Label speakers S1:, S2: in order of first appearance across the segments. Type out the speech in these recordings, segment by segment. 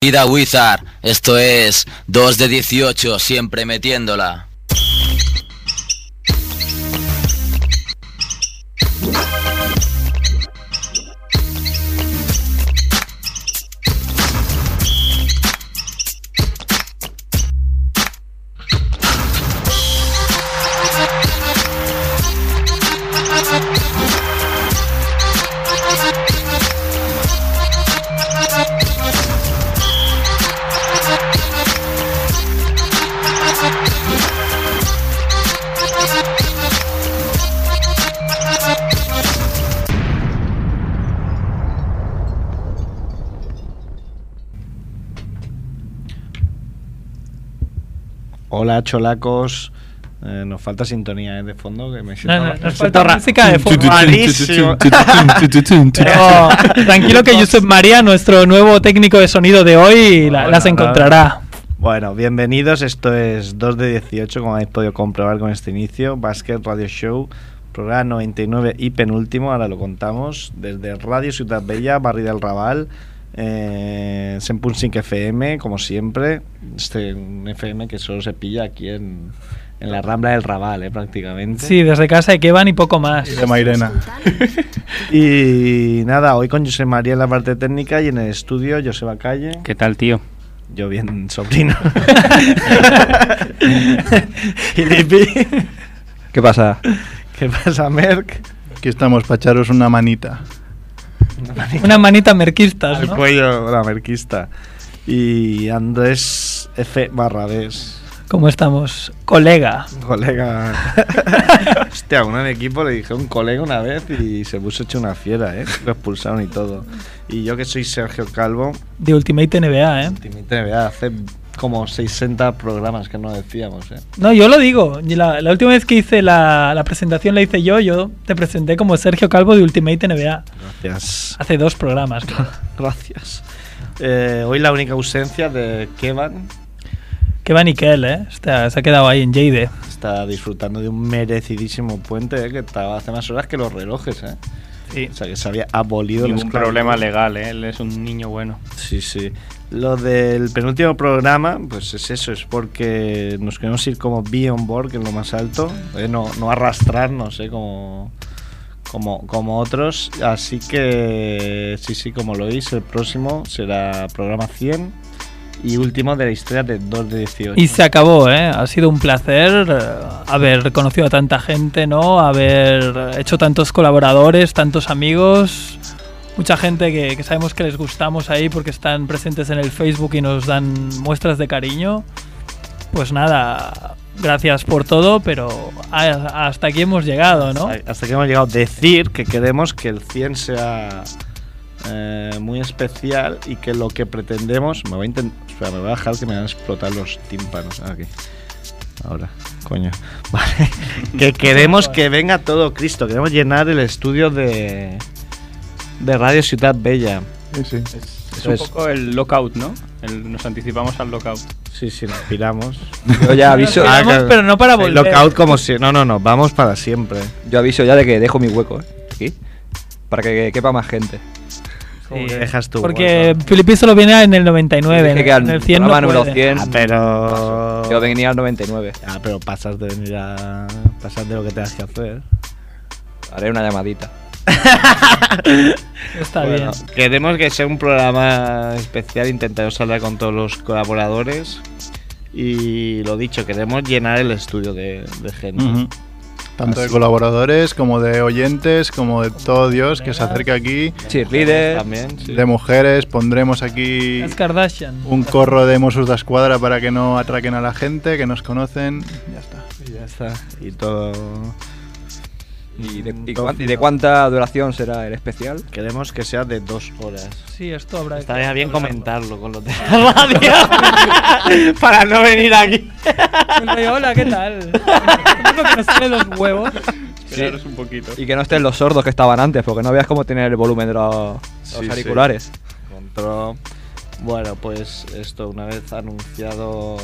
S1: Vida Wizard, esto es 2 de 18, siempre metiéndola.
S2: Hola, cholacos. Eh, nos falta sintonía ¿eh? de fondo. Que me siento
S3: No, no,
S2: mal.
S3: nos falta música de Oh. fondo.
S2: Malísimo.
S3: Pero tranquilo que Yusuf María, nuestro nuevo técnico de sonido de hoy, la-
S2: Hola,
S3: las
S2: hola.
S3: encontrará.
S2: Bueno, bienvenidos. Esto es 2 de 18, como habéis podido comprobar con este inicio. Basket Radio Show, programa 99 y penúltimo. Ahora lo contamos. Desde Radio Ciudad Bella, Barri del Raval, eh, 100.5 FM, como siempre. Este un FM que solo se pilla aquí en, en la Rambla del Raval, eh, prácticamente.
S3: Sí, desde casa de Kevan y poco más.
S4: de Mairena.
S2: Y nada, hoy con José María en la parte técnica y en el estudio Joseba Calle.
S5: ¿Qué tal, tío?
S2: Yo bien, sobrino. y Lipi.
S6: ¿Qué pasa?
S2: ¿Qué pasa, Merck?
S4: Aquí estamos para echaros una manita.
S3: Una manita merquistas,
S2: Al
S3: ¿no?
S2: cuello, la merquista. Y Andrés F. Barrabés,
S3: ¿Cómo estamos? Colega.
S2: colega. Hostia, uno en equipo le dije a un colega una vez y se puso hecho una fiera, ¿eh? Lo expulsaron y todo. Y yo que soy Sergio Calvo,
S3: De Ultimate NBA, ¿eh?
S2: Ultimate NBA, hace como 60 programas que no decíamos, ¿eh?
S3: No, yo lo digo. Y La, la última vez que hice la, la presentación la hice yo. Yo te presenté como Sergio Calvo de Ultimate NBA.
S2: Gracias.
S3: Hace dos programas.
S2: Gracias. Eh, hoy la única ausencia de Kevan
S3: Kevan y Kel, ¿eh? Hostia, se ha quedado ahí en Jade.
S2: está disfrutando de un merecidísimo puente eh, que estaba hace más horas que los relojes. Eh.
S3: Sí.
S2: O sea, que se había abolido la
S5: Ningún
S2: esclavitud.
S5: problema legal, ¿eh? Él es un niño bueno.
S2: Sí, sí. Lo del penúltimo programa, pues es eso, es porque nos queremos ir como beyond board, que es lo más alto, eh, no, no arrastrarnos, eh, como, como, como otros. Así que, sí, sí, como lo oís, el próximo será programa 100 y último de la historia de 2 de 18.
S3: Y se acabó, ¿eh? Ha sido un placer eh, haber conocido a tanta gente, ¿no? Haber hecho tantos colaboradores, tantos amigos. Mucha gente que, que sabemos que les gustamos ahí porque están presentes en el Facebook y nos dan muestras de cariño. Pues nada, gracias por todo, pero a- hasta aquí hemos llegado, ¿no?
S2: Hasta- Hasta que hemos llegado a decir que queremos que el 100 sea eh, muy especial y que lo que pretendemos. Me voy a inten- espera, me voy a dejar que me van a explotar los tímpanos. Ah, Aquí. Ahora, coño. Vale. que queremos que venga todo Cristo. Queremos llenar el estudio de, de Radio Ciudad Bella.
S4: Sí, sí.
S5: Es
S2: Eso
S5: un
S2: es.
S5: poco el lockout, ¿no? El- nos anticipamos al lockout.
S2: Sí, sí, nos piramos.
S6: Yo ya aviso,
S3: Nos piramos,
S2: Ah, claro.
S3: pero no para
S2: Sí,
S3: volver.
S2: Lockout como si. No, no, no. Vamos para siempre.
S6: yo aviso ya de que dejo mi hueco ¿eh? aquí para que quepa más gente.
S2: ¿Cómo
S3: Sí,
S2: que dejas tú?
S3: Porque Filipe solo viene en el 99,
S6: Dije
S3: en,
S6: que al
S3: el 100 no
S6: programa número
S3: puede.
S6: 100
S2: Ah, pero.
S6: yo venía al 99.
S2: Ah, pero pasas de venir a. pasas de lo que tengas que hacer.
S6: Haré una llamadita.
S3: Está
S2: Bueno,
S3: bien.
S2: Queremos que sea un programa especial, intentaremos hablar con todos los colaboradores. Y lo dicho, queremos llenar el estudio de, de gente.
S4: Ujú. Tanto de
S2: Así.
S4: colaboradores como de oyentes, como de todo Dios que se acerca aquí.
S6: Cheerleader.
S2: También, sí.
S4: De mujeres, pondremos aquí
S3: Las Kardashian.
S4: un corro de Mossos de Escuadra para que no atraquen a la gente, que nos conocen. Ya está.
S2: Y ya está. Y todo.
S6: ¿Y de, y
S2: Todo
S6: cuán- y de
S2: final.
S6: cuánta duración será el especial?
S2: Queremos que sea de dos horas.
S3: Sí, esto habrá
S2: Estaría
S3: que
S2: bien
S3: hablarlo.
S2: comentarlo con los de la radio. para no venir aquí.
S3: El rollo, Hola, ¿qué tal? Es lo que nos sale los huevos.
S5: Esperaros un poquito.
S6: Y que no estén los sordos que estaban antes, porque no veas cómo tienen el volumen de los, los
S2: Sí, sí.
S6: auriculares.
S2: Encontró. Bueno, pues esto, una vez anunciado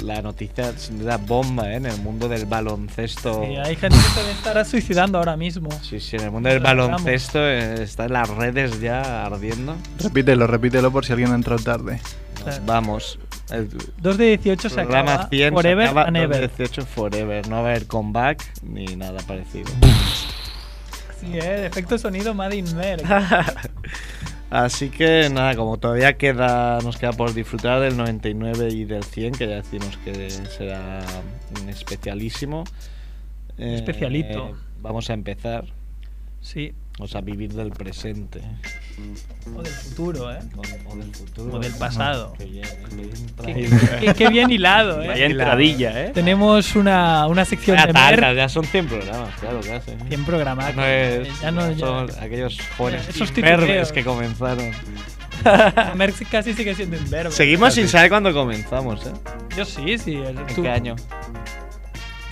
S2: la noticia, sin duda bomba ¿eh? en el mundo del baloncesto.
S3: Sí, hay gente que se debe estar suicidando ahora mismo.
S2: Sí, sí, en el mundo del
S3: Vamos.
S2: baloncesto eh, está en las redes ya ardiendo.
S4: Repítelo, repítelo por si alguien ha entrado tarde.
S3: Claro.
S2: Vamos. El
S3: 2 de 18 se
S2: programa
S3: acaba.
S2: 100 se
S3: forever
S2: acaba
S3: and ever.
S2: 2018 Forever. No va a haber comeback ni nada parecido.
S3: Sí, eh, de efecto sonido Made in Merck.
S2: Ah. Así que nada, como todavía queda, nos queda por disfrutar del 99 y del 100, que ya decimos que será un especialísimo. eh,
S3: Especialito.
S2: vamos a empezar,
S3: Sí,
S2: o sea, vivir del presente
S3: o del futuro, ¿eh?
S2: o, o del futuro.
S3: O del pasado.
S2: Qué bien, qué bien
S3: Qué,
S2: traído.
S3: qué- qué bien hilado, ¿eh?
S5: Vaya entradilla, ¿eh?
S3: Tenemos una, una sección
S2: Ya
S3: de
S2: tardas,
S3: Merck
S2: ya son 100 programas, claro, casi.
S3: 100 programados.
S2: ¿eh? No es,
S3: eh, ya no, ya,
S2: son aquellos jóvenes
S3: Esos
S2: imberbes
S3: titubeos.
S2: que comenzaron.
S3: Merck casi sigue siendo imberbe.
S2: Seguimos sin saber cuándo comenzamos, ¿eh?
S3: Yo sí, sí. el-
S2: ¿En
S3: tú-
S2: qué año?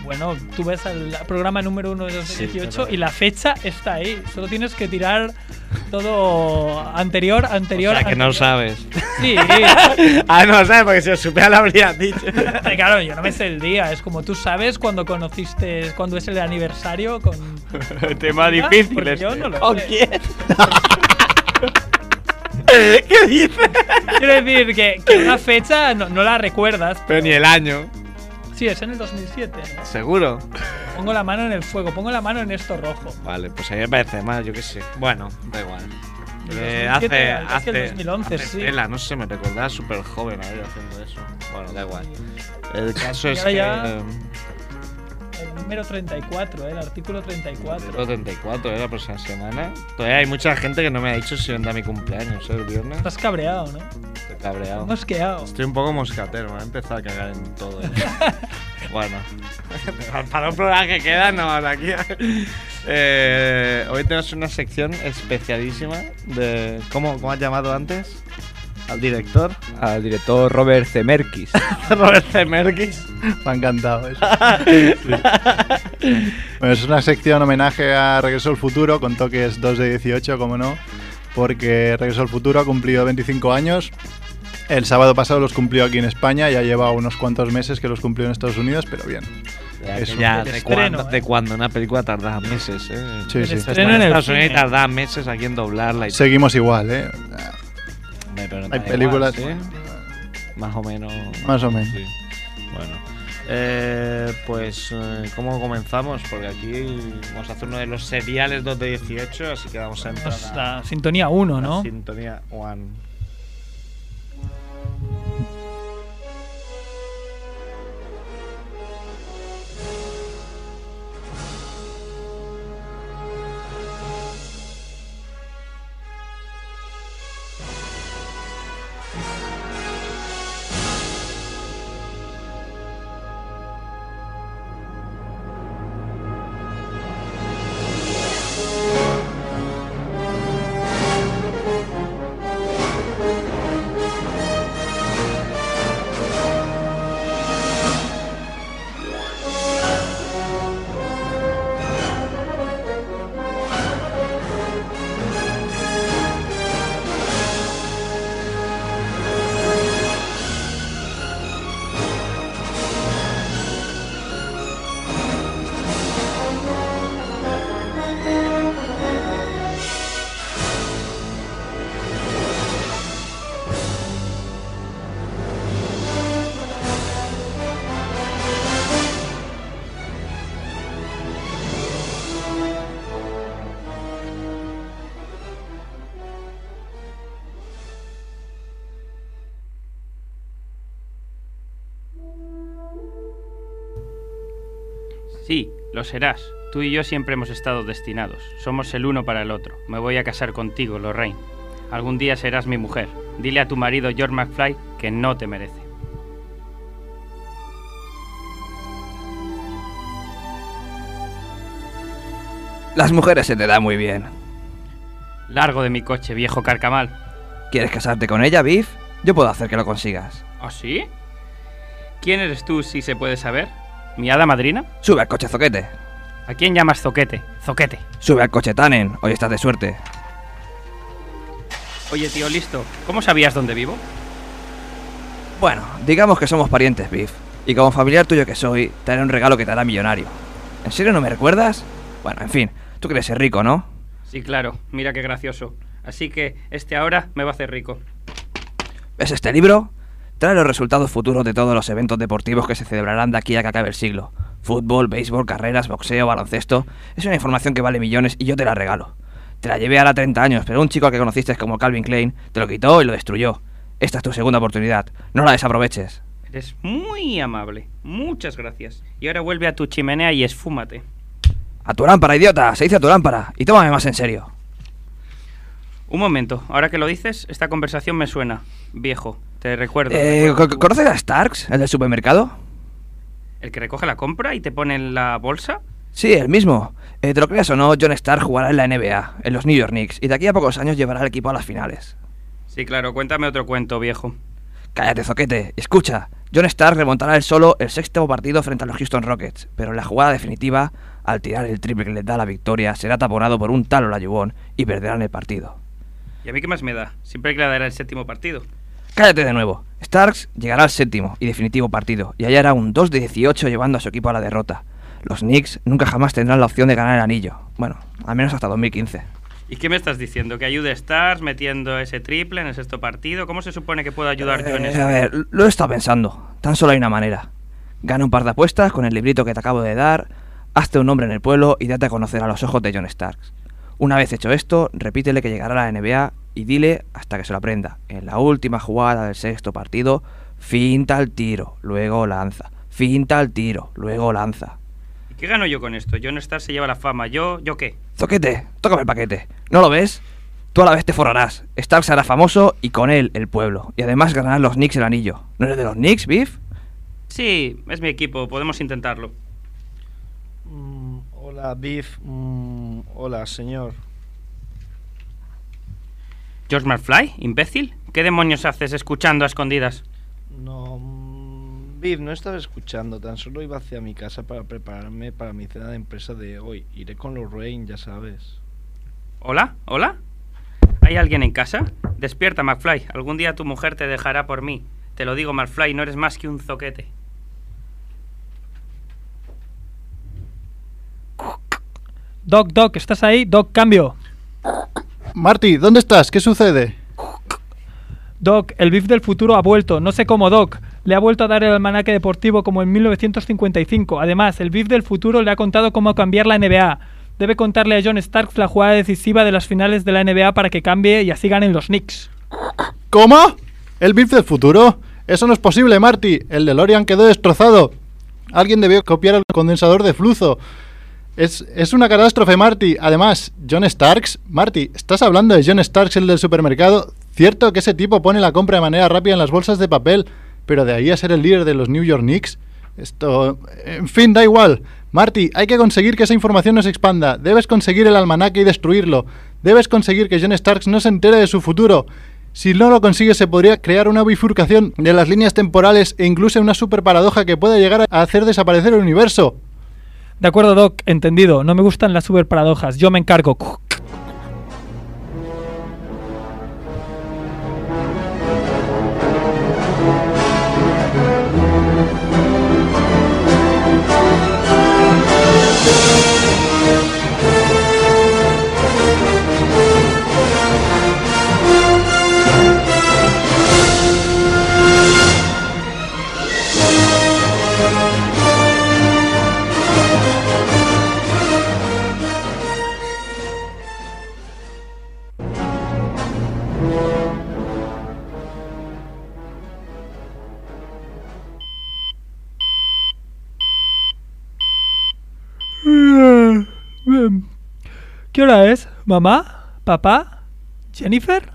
S3: Bueno, tú ves el programa número 1 de 2018
S2: Sí,
S3: y la fecha está ahí. Solo tienes que tirar todo anterior,
S2: O
S3: anterior.
S2: sea, que no
S3: anterior.
S2: sabes.
S3: Sí,
S2: ah, no, ¿sabes? Porque si lo supiera lo habría dicho.
S3: Ay, claro, yo no me sé el día. Es como tú sabes cuando conociste, cuando es el aniversario con.
S5: Tema
S3: ¿verdad?
S5: difícil
S3: Porque
S5: este.
S3: Yo no lo
S2: ¿Con
S3: sé.
S2: quién? ¿Qué dices?
S3: Quiero decir que, que una fecha no, no la recuerdas.
S2: Pero ni el año.
S3: Sí, es en el 2007.
S2: ¿Seguro?
S3: Pongo la mano en el fuego, pongo la mano en esto rojo.
S2: Vale, pues a mí me parece mal, yo qué sé. Bueno, da igual.
S3: El
S2: Eh, hace,
S3: 2007, antes que
S2: hace,
S3: el 2011,
S2: hace
S3: sí.
S2: tela, no sé, me recordaba súper joven a ver haciendo eso. Bueno, da igual. El caso
S3: Y
S2: es
S3: ahora
S2: que...
S3: ya-
S2: eh,
S3: El número 34, eh, el artículo 34.
S2: 34 era ¿eh? la próxima semana. Todavía hay mucha gente que no me ha dicho si vendrá mi cumpleaños, ¿eh? El viernes.
S3: Estás cabreado, ¿no?
S2: Estoy cabreado.
S3: Mosqueado.
S2: Estoy un poco moscatero, me ha empezado a cagar en todo. ¿eh? bueno. Para un programa que queda, no, ahora aquí. Eh, hoy tenemos una sección especialísima de. ¿Cómo, cómo has llamado antes? Al director.
S6: Al director Robert Zemerkis.
S2: Robert Zemerkis.
S4: Me ha encantado eso. Bueno, es una sección homenaje a Regreso al Futuro, con toques 2 de 18, como no, porque Regreso al Futuro ha cumplido 25 años. El sábado pasado los cumplió aquí en España, ya lleva unos cuantos meses que los cumplió en Estados Unidos, pero bien.
S2: Ya,
S4: Eso.
S2: ya
S3: El
S2: de,
S3: estreno,
S2: cuando,
S3: ¿eh?
S2: de cuando una película tardaba meses, ¿eh?
S4: Sí, sí.
S3: El estreno
S2: En
S3: en el
S2: Estados
S3: cine.
S2: Unidos tardaba meses aquí en doblarla y
S4: Seguimos igual, ¿eh?
S2: Hombre, pero
S4: Hay
S2: da
S4: películas-
S2: igual, ¿sí? Más o menos.
S4: Más o menos.
S2: Sí. Bueno. Eh, pues, eh, ¿cómo comenzamos? Porque aquí vamos a hacer uno de los seriales 2 de 18, así que vamos a entrar
S3: Pues
S2: a
S3: la sintonía 1,
S2: la
S3: ¿no?
S2: sintonía One.
S5: Sí, lo serás. Tú y yo siempre hemos estado destinados. Somos el uno para el otro. Me voy a casar contigo, Lorraine. Algún día serás mi mujer. Dile a tu marido George McFly que no te merece.
S6: Las mujeres se te dan muy bien.
S5: Largo de mi coche, viejo carcamal.
S6: ¿Quieres casarte con ella, Biff? Yo puedo hacer que lo consigas.
S5: ¿Ah, sí? ¿Quién eres tú, si se puede saber? ¿Mi hada madrina?
S6: Sube al coche, Zoquete.
S5: ¿A quién llamas Zoquete? Zoquete.
S6: Sube al coche, Tannen. Hoy estás de suerte.
S5: Oye, tío, listo. ¿Cómo sabías dónde vivo?
S6: Bueno, digamos que somos parientes, Biff. Y como familiar tuyo que soy, te haré un regalo que te hará millonario. ¿En serio no me recuerdas? Bueno, en fin, tú quieres ser rico, ¿no?
S5: Sí, claro. Mira qué gracioso. Así que este ahora me va a hacer rico.
S6: ¿Ves este libro?
S7: Trae los resultados futuros de todos los eventos deportivos que se celebrarán de aquí a que acabe el siglo. Fútbol, béisbol, carreras, boxeo, baloncesto. Es una información que vale millones y yo te la regalo. Te la llevé ahora 30 años, pero un chico al que conociste como Calvin Klein te lo quitó y lo destruyó. Esta es tu segunda oportunidad. No la desaproveches.
S5: Eres muy amable. Muchas gracias. Y ahora vuelve a tu chimenea y esfúmate.
S7: A tu lámpara, idiota. Se dice a tu lámpara. Y tómame más en serio.
S5: Un momento, ahora que lo dices, esta conversación me suena. Viejo, te recuerdo.
S7: Eh, ¿co- co- ¿Conoces a Starks, el del supermercado?
S5: ¿El que recoge la compra y te pone en la bolsa?
S7: Sí, el mismo. Eh, te lo creas o no, John Stark jugará en la NBA, en los New York Knicks, y de aquí a pocos años llevará al equipo a las finales.
S5: Sí, claro, cuéntame otro cuento, viejo.
S7: Cállate, zoquete. Escucha, John Stark remontará él solo el sexto partido frente a los Houston Rockets, pero en la jugada definitiva, al tirar el triple que le da la victoria, será taponado por un tal Olayubón y perderán el partido.
S5: ¿Y a mí qué más me da? Siempre que le dará el séptimo partido.
S7: Cállate de nuevo. Starks llegará al séptimo y definitivo partido y hallará un 2 de 18 llevando a su equipo a la derrota. Los Knicks nunca jamás tendrán la opción de ganar el anillo. Bueno, al menos hasta 2015.
S5: ¿Y qué me estás diciendo? ¿Que ayude a Stars metiendo ese triple en el sexto partido? ¿Cómo se supone que puedo ayudar yo en
S7: Eh,
S5: eso?
S7: a ver, lo he estado pensando. Tan solo hay una manera. Gana un par de apuestas con el librito que te acabo de dar, hazte un nombre en el pueblo y date a conocer a los ojos de John Starks. Una vez hecho esto, repítele que llegará a la NBA y dile hasta que se lo aprenda. En la última jugada del sexto partido, finta el tiro, luego lanza. Finta el tiro, luego lanza.
S5: ¿Y qué gano yo con esto? John Stars se lleva la fama. ¿Yo? ¿Yo qué?
S7: Zoquete, tócame el paquete. ¿No lo ves? Tú a la vez te forrarás. Stark será famoso y con él el pueblo. Y además ganarán los Knicks el anillo. ¿No eres de los Knicks, Biff?
S5: Sí, es mi equipo, podemos intentarlo.
S2: Mm, hola, Biff. Mm, hola, señor.
S5: ¿George McFly? ¿Imbécil? ¿Qué demonios haces escuchando a escondidas?
S2: No, mm, Biff, no estaba escuchando. Tan solo iba hacia mi casa para prepararme para mi cena de empresa de hoy. Iré con los Rain, ya sabes.
S5: ¿Hola? ¿Hola? ¿Hay alguien en casa? Despierta, McFly. Algún día tu mujer te dejará por mí. Te lo digo, McFly, no eres más que un zoquete.
S3: Doc, Doc, ¿estás ahí? Doc, cambio.
S4: Marty, ¿dónde estás? ¿Qué sucede?
S3: Doc, el BIF del futuro ha vuelto. No sé cómo, Doc. Le ha vuelto a dar el almanaque deportivo como en 1955. Además, el BIF del futuro le ha contado cómo cambiar la NBA. Debe contarle a John Stark la jugada decisiva de las finales de la NBA para que cambie y así ganen los Knicks.
S4: ¿Cómo? ¿El beef del futuro? Eso no es posible, Marty. El DeLorean quedó destrozado. Alguien debió copiar el condensador de flujo. Es, es una catástrofe, Marty. Además, John Starks. Marty, ¿estás hablando de John Starks, el del supermercado? Cierto que ese tipo pone la compra de manera rápida en las bolsas de papel, pero de ahí a ser el líder de los New York Knicks. Esto. En fin, da igual. Marty, hay que conseguir que esa información no se expanda. Debes conseguir el almanaque y destruirlo. Debes conseguir que John Starks no se entere de su futuro. Si no lo consigues, se podría crear una bifurcación de las líneas temporales e incluso una superparadoja que pueda llegar a hacer desaparecer el universo.
S3: De acuerdo, Doc, entendido. No me gustan las superparadojas. Yo me encargo. Mm, Bien. ¿Qué hora es? ¿Mamá? ¿Papá? ¿Jennifer?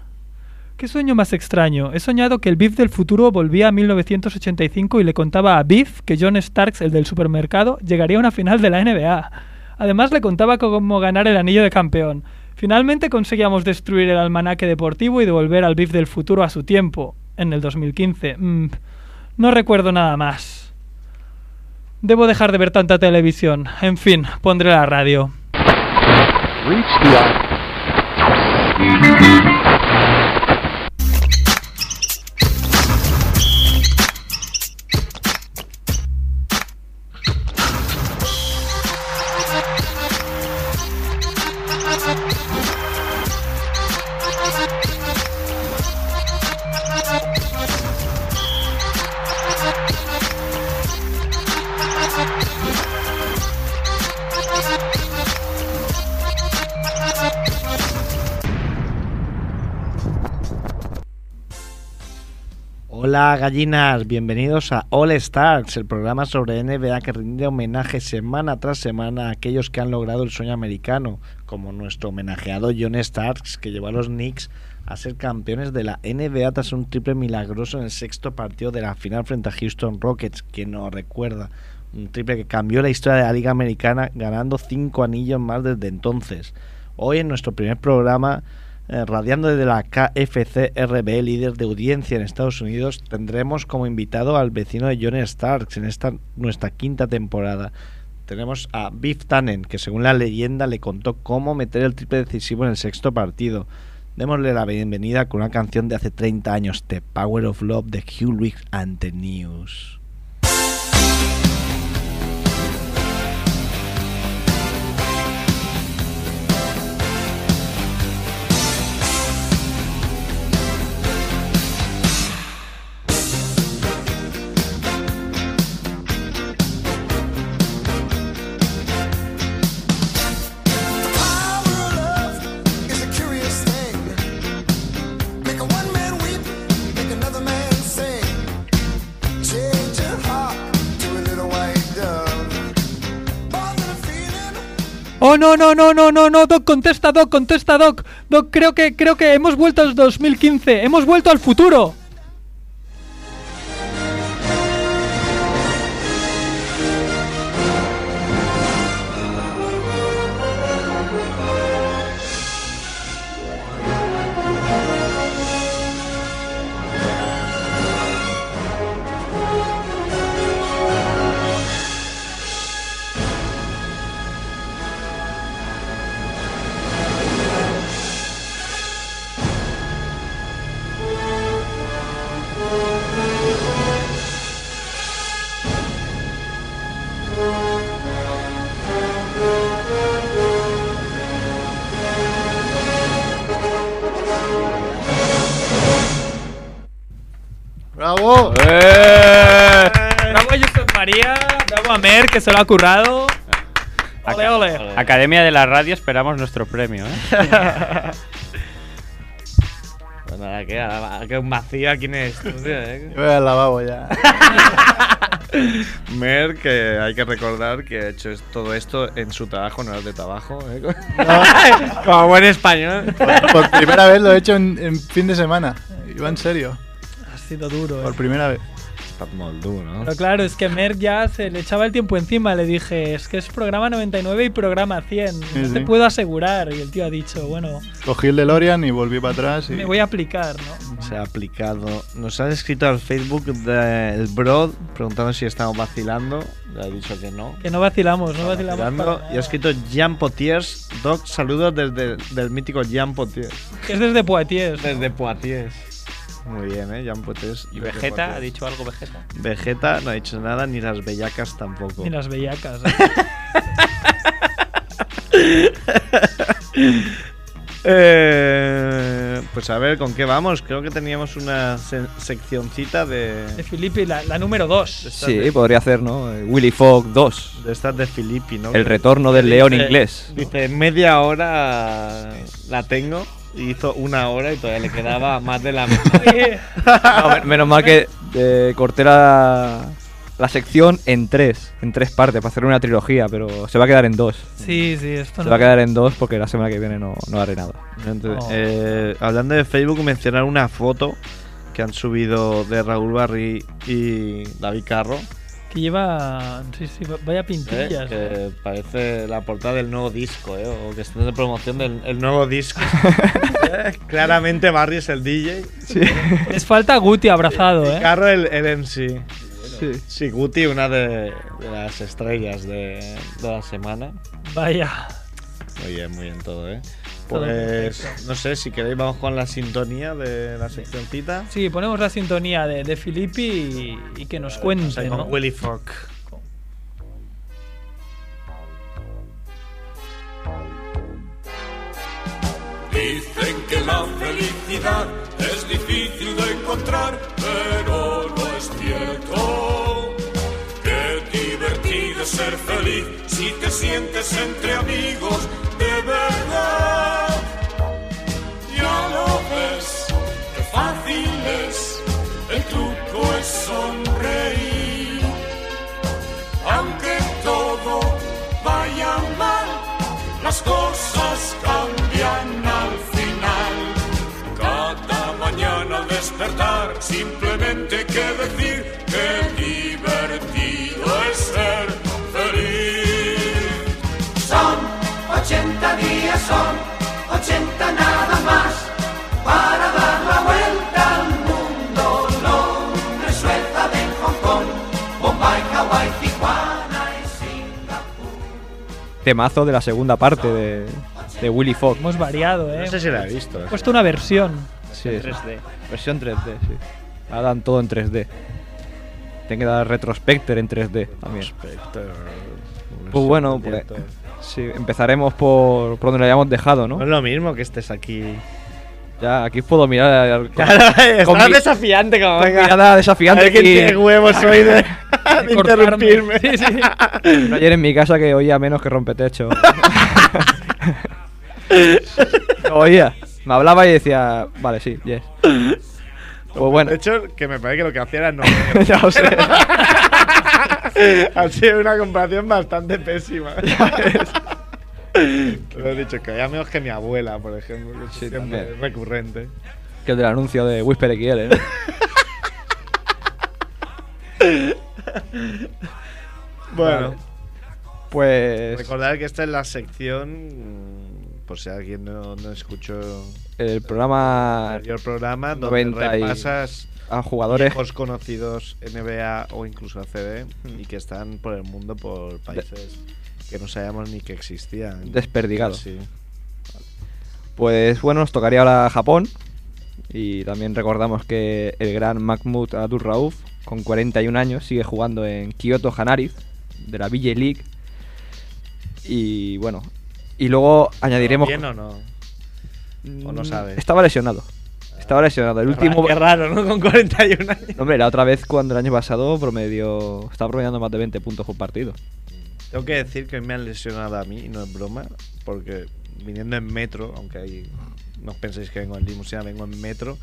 S3: ¿Qué sueño más extraño? He soñado que el Biff del futuro volvía a 1985 y le contaba a Biff que John Starks, el del supermercado, llegaría a una final de la NBA. Además le contaba cómo ganar el anillo de campeón. Finalmente conseguíamos destruir el almanaque deportivo y devolver al Biff del futuro a su tiempo, en el 2015. Mm, no recuerdo nada más. Debo dejar de ver tanta televisión. En fin, pondré la radio.
S2: Hola gallinas, bienvenidos a All Stars, el programa sobre NBA que rinde homenaje semana tras semana a aquellos que han logrado el sueño americano, como nuestro homenajeado John Starks, que llevó a los Knicks a ser campeones de la NBA tras un triple milagroso en el sexto partido de la final frente a Houston Rockets, que nos recuerda, un triple que cambió la historia de la Liga Americana, ganando cinco anillos más desde entonces. Hoy en nuestro primer programa eh, radiando desde la KFC RB, líder de audiencia en Estados Unidos, tendremos como invitado al vecino de John Starks en esta nuestra quinta temporada. Tenemos a Biff Tannen, que según la leyenda le contó cómo meter el triple decisivo en el sexto partido. Démosle la bienvenida con una canción de hace 30 años, The Power of Love de Hugh Lewis and the News.
S3: Oh, no, no, no, no, no, no, Doc, contesta, Doc, contesta, Doc. Doc, creo que, creo que hemos vuelto al 2015, hemos vuelto al futuro.
S4: ¡Bravo! Eh.
S3: Bravo a Josep María, bravo a Mer, que se lo ha currado. Ole, ole.
S8: Academia de la Radio, esperamos nuestro premio, ¿eh?
S5: Pues nada, queda, queda un vacío aquí en el estudio, ¿eh?
S4: Voy al lavabo ya.
S9: Mer, que hay que recordar que ha hecho es- todo esto en su trabajo, no es de trabajo. ¿eh?
S5: Como buen español.
S4: Por, por primera vez lo he hecho en, en fin de semana. Iba en serio.
S3: Ha sido duro, eh.
S4: Por primera vez.
S9: Está molt dur, ¿no?
S3: Pero claro, es que Merck ya se le echaba el tiempo encima. Le dije, es que es programa 99 y programa 100.
S4: Sí,
S3: no te
S4: sí.
S3: puedo asegurar. Y el tío ha dicho, bueno,
S4: Cogí el DeLorean y volví para atrás. Y...
S3: me voy a aplicar, ¿no?
S2: Se ha aplicado. Nos han escrito al Facebook del Broad preguntando si estamos vacilando. Le he dicho que no.
S3: Que no vacilamos, no vacilamos.
S2: Vacilando.
S3: para
S2: Y ha
S3: nada.
S2: escrito Jean Potiers. Doc, saludos desde el del mítico Jean Potiers.
S3: Que es desde Poitiers.
S5: Desde Poitiers.
S2: Muy bien, ¿eh? Jean Potiers.
S5: ¿Y
S2: desde
S5: Vegeta? ¿Ha
S2: Poitiers.
S5: dicho algo Vegeta?
S2: Vegeta no ha dicho nada, ni las bellacas tampoco.
S3: Ni las bellacas. ¿eh?
S2: Eh, pues a ver, ¿con qué vamos? Creo que teníamos una se- seccioncita de,
S3: De Filippi, la, la número 2.
S2: estas de-
S7: Sí, podría ser, ¿no? Eh, Willy Fogg 2.
S2: de estas de Filippi, ¿no?
S7: El retorno del león inglés.
S9: Dice, media hora la tengo y hizo una hora y todavía le quedaba más de la mitad.
S3: Oye,
S7: No, men- menos mal que eh, corté la, la sección en tres, en tres partes, para hacer una trilogía, pero se va a quedar en dos.
S3: sí, sí, esto
S7: Se
S3: no.
S7: va a quedar en dos porque la semana que viene no, no haré nada.
S2: Gente,
S3: Oh.
S2: eh, hablando de Facebook, mencionar una foto que han subido de Raúl Barri y David Carro. ¿eh?
S3: Que lleva. Sí, sí, vaya pintillas. ¿eh?
S9: que parece la portada del nuevo disco, ¿eh? O que está de promoción del el nuevo disco.
S2: Eh, Claramente Barry es el DJ.
S3: Les falta Guti abrazado,
S2: y
S3: ¿eh?
S2: Carro el, el MC. Sí. Guti, una de, de las estrellas de, de la semana.
S3: Vaya.
S2: Muy bien, muy bien todo, ¿eh?
S3: Todo
S2: Pues no sé, si queréis vamos con la sintonía de la seccioncita.
S3: Sí, ponemos la sintonía de, de Filippi y, y que nos
S2: O sea,
S3: cuente,
S2: con
S3: ¿no?
S2: Willy Fox.
S10: Dicen que la felicidad es difícil de encontrar, pero no es cierto. Qué divertido es ser feliz si te sientes entre amigos de verdad. Ya lo ves, qué fácil es el truco
S7: temazo de la segunda parte de, de Willy Fox.
S3: Hemos variado, ¿eh?
S2: No sé si la he visto.
S3: He puesto una versión.
S7: Sí,
S3: En
S7: sí.
S3: 3D.
S7: Versión 3D, sí. Ahora dan todo en 3D. Tienen que dar Retrospector en 3D también. Pues bueno, pues, sí, empezaremos por, por donde lo hayamos dejado, ¿no?
S2: No es lo mismo que estés aquí.
S7: Ya, aquí puedo mirar. Con, con
S11: Estás
S7: mi-
S11: desafiante, como
S7: con
S11: venga.
S7: mirada desafiante.
S2: A ver quién
S7: y-
S2: tiene huevos
S7: Ah,
S2: hoy de, de
S3: cortarme.
S2: interrumpirme.
S3: Sí, sí.
S7: Ayer en mi casa que oía menos que rompetecho. no oía. Me hablaba y decía, vale, sí, yes. Pues bueno,
S2: De hecho, que me parece que lo que hacía era no.
S7: ya lo sé.
S2: ha sido una comparación bastante pésima. Lo he dicho, que había menos que mi abuela, por ejemplo. que
S7: Sí,
S2: siempre
S7: también.
S2: es recurrente.
S7: Que ¿eh? el del anuncio de Whisper XL, ¿no?
S2: Bueno,
S7: Vale. Pues
S2: recordad que esta es la sección. mm, Por si alguien no, no escuchó
S7: el programa
S2: el anterior programa, donde
S7: 90 y-
S2: repasas
S7: a jugadores
S2: Viejos conocidos NBA o incluso ACB y que están por el mundo por países que no sabíamos ni que existían.
S7: Desperdigados.
S2: Sí.
S7: Pues bueno, nos tocaría ahora Japón. Y también recordamos que el gran Mahmoud Abdul Rauf, con 41 años, sigue jugando en Kyoto Hanari, de la VJ League. Y bueno, y luego añadiremos.
S2: ¿Bien o no? ¿O no
S7: Mm,
S2: sabe?
S7: Estaba lesionado. Estaba lesionado. El último.
S11: Ah, Qué raro, ¿no? Con 41 años.
S7: Hombre, la otra vez cuando el año pasado promedió. Estaba promediando más de 20 puntos por partido.
S2: Tengo que decir que me han lesionado a mí, no es broma, porque viniendo en metro, aunque ahí no os penséis que vengo en limusina, vengo en metro,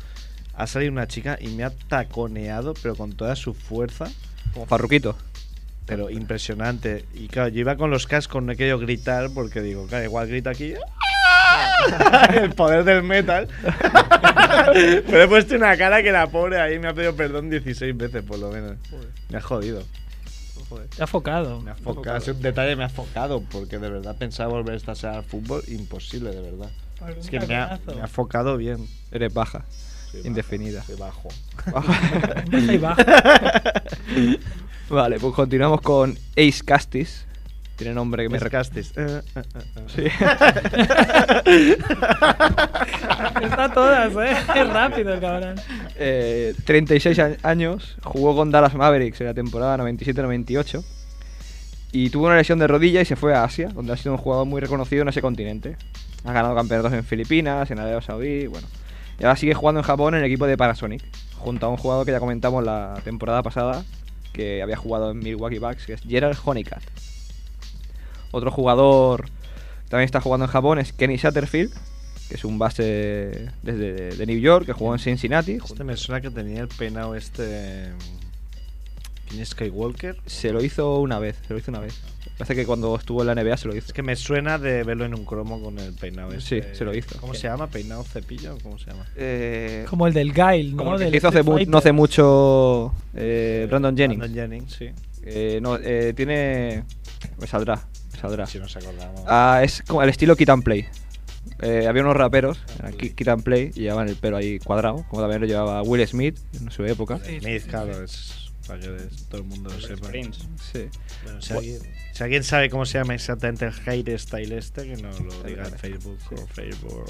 S2: ha salido una chica y me ha taconeado, pero con toda su fuerza.
S7: Como Farruquito.
S2: Pero impresionante. Y claro, yo iba con los cascos, no he querido gritar porque digo, claro, igual grito aquí. ¡ah! El poder del metal. Pero he puesto una cara que la pobre ahí me ha pedido perdón 16 veces, por lo menos. Me ha jodido.
S3: Te ha focado.
S2: Me ha focado. Es un detalle, me ha focado porque de verdad pensaba volver esta semana al fútbol. Imposible, de verdad.
S3: Algún
S2: Es que me ha,
S3: taconazo.
S2: me ha focado bien.
S7: Eres baja. Indefinida.
S2: Soy bajo.
S3: Baja y baja.
S7: Vale, pues continuamos con Ace Castis. Tiene nombre que
S2: Me
S7: me recuerda.
S2: rescastes. Eh, eh, eh, eh.
S3: Está todas, ¿eh? Es rápido el cabrón.
S7: Eh, 36 a- años, jugó con Dallas Mavericks en la temporada 97-98 y tuvo una lesión de rodilla y se fue a Asia, donde ha sido un jugador muy reconocido en ese continente. Ha ganado campeonatos en Filipinas, en Arabia Saudí, bueno. Y ahora sigue jugando en Japón en el equipo de Panasonic, junto a un jugador que ya comentamos la temporada pasada, que había jugado en Milwaukee Bucks, que es Gerald Honeycutt. Otro jugador que también está jugando en Japón es Kenny Satterfield, que es un base desde de New York, que jugó en Cincinnati.
S2: Este me suena que tenía el penao este. ¿Quién es Skywalker?
S7: Se lo hizo una vez, se lo hizo una vez. Parece que cuando estuvo en la NBA se lo hizo.
S2: Es que me suena de verlo en un cromo con el peinado
S7: Sí,
S2: este.
S7: se lo hizo.
S2: ¿Cómo se llama? ¿Peinado cepillo? o ¿Cómo se llama?
S7: Eh,
S3: Como el del Gail, ¿no?
S7: como el que
S3: Del
S7: se hizo hace
S3: Street
S7: mu-
S3: Fighter.
S7: no hace mucho eh, Brandon Jennings.
S2: Brandon Jennings, sí.
S7: Eh, no, eh, tiene... Me saldrá, me saldrá.
S2: Si nos acordamos.
S7: Ah, es como el estilo Kit and Play. Eh, había unos raperos, eran ki- Kit and Play, y llevaban el pelo ahí cuadrado, como también lo llevaba Will Smith en su época.
S3: Sí,
S2: Smith, claro, es para que todo el mundo lo sepa.
S5: Prince.
S7: Sí.
S2: Bueno, si, alguien, si alguien sabe cómo se llama exactamente el hair style este, que nos lo diga en Facebook o Facebook.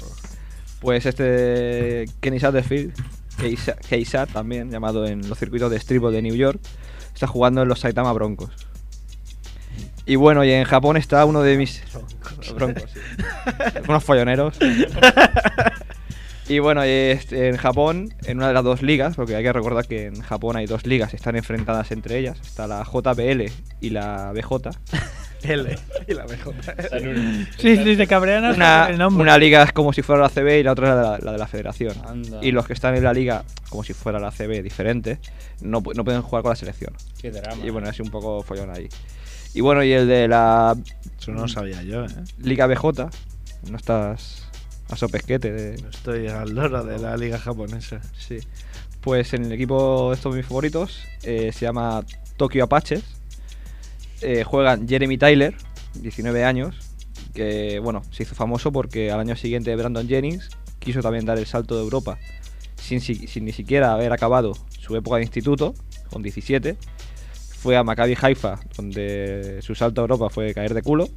S7: Pues este Kenny Satterfield, Keisa- Keisat también, llamado en los circuitos de streetball de New York, está jugando en los Saitama Broncos. Y bueno, y en Japón está uno de mis... Broncos. sí. Unos folloneros. Y bueno, y este, en Japón, en una de las dos ligas, porque hay que recordar que en Japón hay dos ligas, están enfrentadas entre ellas, está la JBL y la BJ.
S2: L. Y la mejor.
S3: Sí, sí, se cabrean hasta
S7: Una,
S3: por el nombre.
S7: una liga es como si fuera la CB y la otra la, la de la federación.
S11: Anda.
S7: Y los que están en la liga, como si fuera la CB diferente, no, pu- no pueden jugar con la selección.
S11: Qué drama.
S7: Y bueno, es un poco follón ahí. Y bueno, y el de la
S2: Eso no lo sabía yo, ¿eh?
S7: Liga BJ, no estás a sopesquete de...
S2: No estoy al loro de la liga japonesa.
S7: Sí. Pues en el equipo de estos mis favoritos eh, se llama Tokyo Apaches. Eh, juegan Jeremy Tyler, 19 años, que bueno, se hizo famoso porque al año siguiente Brandon Jennings quiso también dar el salto de Europa sin, si- sin ni siquiera haber acabado su época de instituto, con 17. Fue a Maccabi Haifa, donde su salto a Europa fue caer de culo.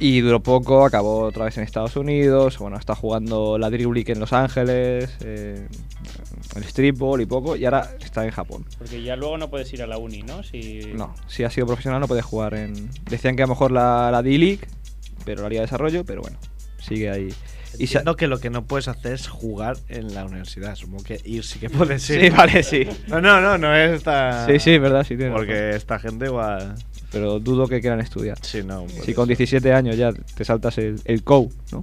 S7: Y duró poco, acabó otra vez en Estados Unidos, bueno, está jugando la Drew League en Los Ángeles, eh, el streetball y poco, y ahora está en Japón.
S12: Porque ya luego no puedes ir a la uni, ¿no? Si...
S7: No, si ha sido profesional no puede jugar en... Decían que a lo mejor la, la D-League, pero la Liga de Desarrollo, pero bueno, sigue ahí.
S2: Y siendo que lo que no puedes hacer es jugar en la universidad. Supongo que ir sí que puedes ir.
S7: Sí, vale, sí.
S2: No, no, no, no es esta.
S7: Sí, sí, es verdad, sí tiene
S2: Porque
S7: razón.
S2: esta gente igual.
S7: Pero dudo que quieran estudiar.
S2: Sí, no. pues.
S7: Si con 17 años ya te saltas el, el COU, ¿no?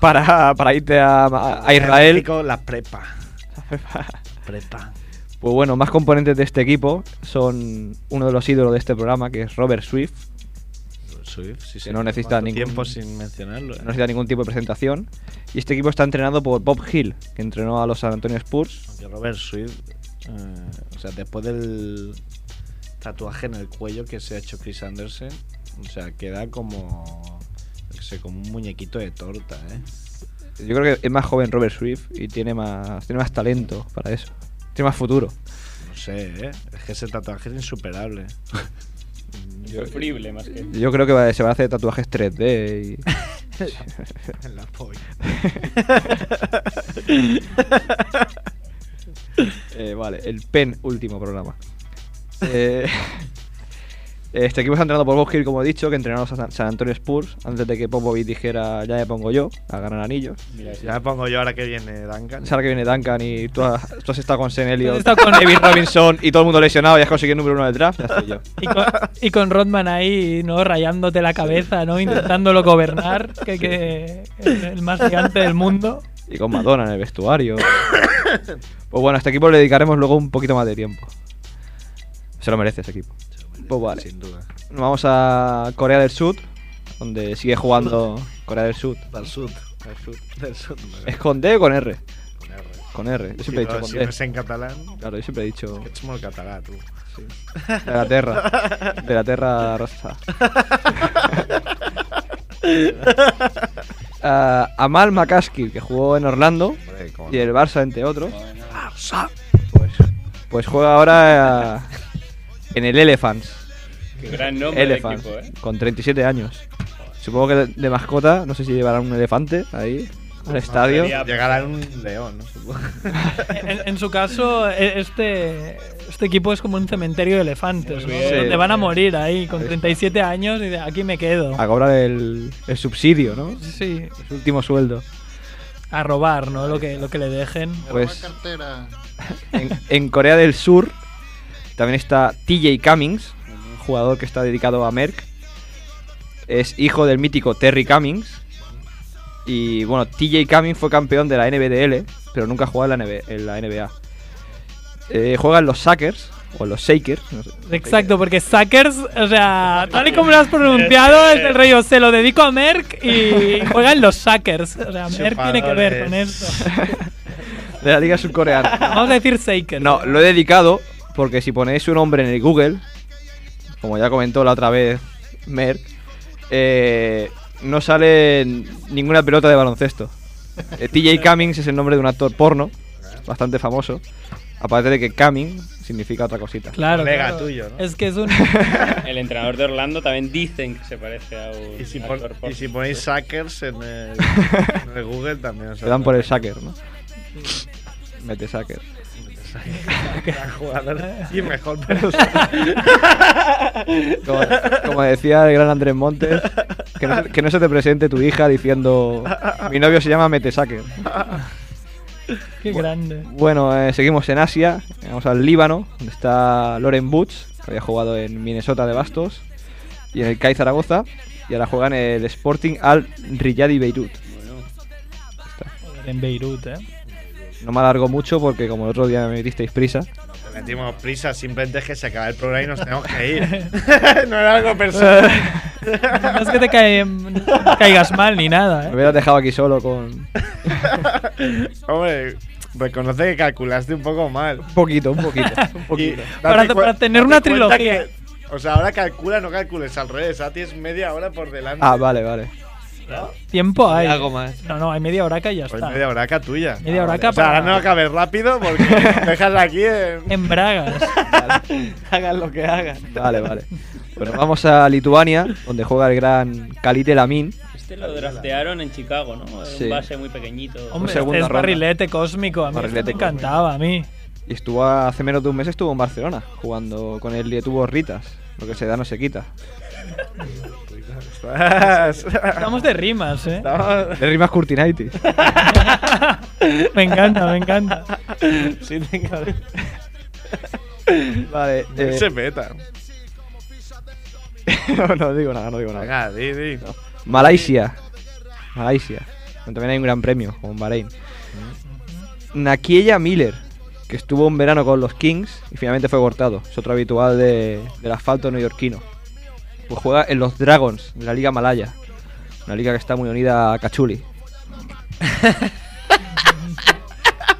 S7: Para, para irte a, a- a Israel.
S2: Con Ah, la prepa. Prepa.
S7: Pues bueno, más componentes de este equipo son uno de los ídolos de este programa, que es Robert Swift.
S2: Swift, sí, sí.
S7: que no necesita
S2: ¿Cuánto
S7: ningún
S2: tiempo sin mencionarlo. eh?
S7: no necesita ningún tipo de presentación. Y este equipo está entrenado por Bob Hill, que entrenó a los San Antonio Spurs.
S2: Que Robert Swift, eh, o sea, después del tatuaje en el cuello que se ha hecho Chris Anderson, o sea, queda como, yo qué sé, como un muñequito de torta, ¿eh?
S7: Yo creo que es más joven Robert Swift y tiene más, tiene más talento para eso. Tiene más futuro.
S2: No sé, ¿eh? Es que ese tatuaje es insuperable.
S12: Insufrible, más que.
S7: Yo creo que va- se va a hacer tatuajes 3D y...
S2: En la polla.
S7: Eh, vale, el pen último programa. Eh, este equipo está entrenado por Bob Hill, como he dicho, que entrenaron a San- San Antonio Spurs antes de que Popovich dijera ya me pongo yo a ganar anillos.
S2: Pues ya me pongo yo ahora que viene Duncan.
S7: Ahora que viene Duncan y tú has, tú has estado con Sen Elliott,
S3: estado con-
S7: David Robinson y todo el mundo lesionado y has conseguido el número uno del draft, ya estoy yo.
S3: Y con, y con Rodman ahí, ¿no? Rayándote la cabeza, ¿no? Intentándolo gobernar, que, que es el más gigante del mundo.
S7: Y con Madonna en el vestuario. pues bueno, a este equipo le dedicaremos luego un poquito más de tiempo. Se lo merece ese equipo. Pues vale.
S2: Sin duda.
S7: Nos vamos a Corea del Sur, donde sigue jugando Corea del Sur.
S2: Del sur. Del sur. Del sur.
S7: ¿Es con D o con R?
S2: Con R.
S7: Con R. Yo siempre he
S2: Si no-
S7: dicho con
S2: si
S7: D.
S2: no es en catalán,
S7: Claro, yo siempre he dicho
S2: que es como el catalán, tú.
S7: de la tierra. De la tierra rosa. Ah, Amal Makaski, que jugó en Orlando.
S2: Hombre, cómo
S7: Y
S2: no.
S7: el Barça, entre otros. Pues, pues juega ahora ah, en el Elephants.
S12: Qué gran nombre de
S7: Elephants,
S12: equipo, ¿eh?
S7: Con 37 años. Supongo que de, de mascota, no sé si llevarán un elefante ahí
S2: Pues
S7: al estadio.
S12: sería-
S2: Llegará un león, ¿no? Supongo.
S3: En, en su caso, e- este, este equipo es como un cementerio de elefantes, ¿no?
S7: bien. Sí.
S3: Donde van a morir ahí con 37 años y de aquí me quedo.
S7: A cobrar el, el subsidio, ¿no?
S3: Sí,
S7: Ah. Su último sueldo.
S3: a robar, ¿no? Lo que, lo que le dejen.
S7: Pues
S4: Cartera.
S7: en, en Corea del Sur también está TJ Cummings, un jugador que está dedicado a Merck. Es hijo del mítico Terry Cummings. Y bueno, TJ Cummings fue campeón de la NBDL, pero nunca jugó en la NBA. En la NBA. Eh, juega en los Sackers, o en los Shakers. no sé.
S3: Exacto, porque Sackers, o sea, tal y como lo has pronunciado,
S2: Este,
S3: es el rey, o se lo dedico a Merck y juegan los Sackers. O sea, Merck tiene que ver con
S2: Chupadores.
S3: esto.
S7: De la Liga Surcoreana.
S3: Vamos a decir Saker.
S7: No, lo he dedicado porque si ponéis su nombre en el Google, como ya comentó la otra vez Merck, eh, no sale ninguna pelota de baloncesto. Eh, TJ Cummings es el nombre de un actor porno, bastante famoso. Aparte de que Cummings significa otra cosita.
S3: Claro.
S2: Colega
S3: claro.
S2: tuyo, ¿no?
S3: Es que es un.
S12: El entrenador de Orlando también dicen que se parece a un.
S2: Y si, pon-
S12: actor
S2: y
S12: porno.
S2: si ponéis suckers en el, en el Google también os
S7: Se dan por el sacker, ¿no? Mete sacker.
S2: gran jugador y mejor
S7: Como, como decía el gran Andrés Montes, que no, se- que no se te presente tu hija diciendo, mi novio se llama Mete sacker.
S3: Qué grande.
S7: Bueno, eh, seguimos en Asia, vamos al Líbano, donde está Loren Butz, que había jugado en Minnesota de Bastos, y en el CAI Zaragoza, y ahora juega en el Sporting Al Riyadi Beirut.
S3: Joder, En Beirut, ¿eh?
S7: No me alargo mucho porque como el otro día me disteis prisa.
S2: Metimos prisa, simplemente es que se acaba el programa y nos tenemos que ir. no era algo personal.
S3: No es que te cae- no caigas mal ni nada,
S7: Me
S3: ¿eh?
S7: hubieras dejado aquí solo con un
S2: Hombre, reconoce que calculaste un poco mal.
S7: poquito, un poquito, un
S2: Y
S7: poquito.
S2: date
S3: Para-
S2: cua-
S3: para tener
S2: date
S3: una
S2: cuenta
S3: trilogía.
S2: que- o sea, ahora calcula, no calcules al revés. A ti es media hora por delante.
S7: Ah, vale, vale.
S3: Tiempo hay.
S2: algo más.
S3: No, no, hay media horaca y ya
S2: Pues
S3: está.
S2: media horaca tuya.
S3: Media
S2: Ah, vale.
S3: horaca
S2: O sea,
S3: para-
S2: ahora no acabes rápido porque dejas aquí en...
S3: En Bragas.
S11: hagan lo que hagan.
S7: Vale, vale. Bueno, vamos a Lituania, donde juega el gran Kalite Lamin.
S12: Este lo draftearon en Chicago, ¿no? Era
S7: Sí.
S12: un base muy pequeñito.
S3: Hombre,
S7: segunda
S3: este es
S7: ronda.
S3: barrilete cósmico. A mí
S7: Barrilete
S3: este me encantaba, a mí.
S7: Y estuvo hace menos de un mes estuvo en Barcelona, jugando con el Lietuvo Ritas. Lo que se da no se quita.
S3: Estamos de rimas, ¿eh?
S7: De rimas Curtinaitis.
S3: Me encanta, me encanta.
S11: Sí, tengo.
S7: Vale.
S2: No
S7: eh,
S2: se meta.
S7: no, no digo nada, no digo nada.
S2: Venga, di, di.
S7: Malaisia. Malaisia. Donde también hay un gran premio, como en Bahrein. Nakiella Miller, que estuvo un verano con los Kings y finalmente fue cortado. Es otro habitual de- del asfalto neoyorquino. Pues juega en los Dragons, de la Liga Malaya. Una liga que está muy unida a Cachuli.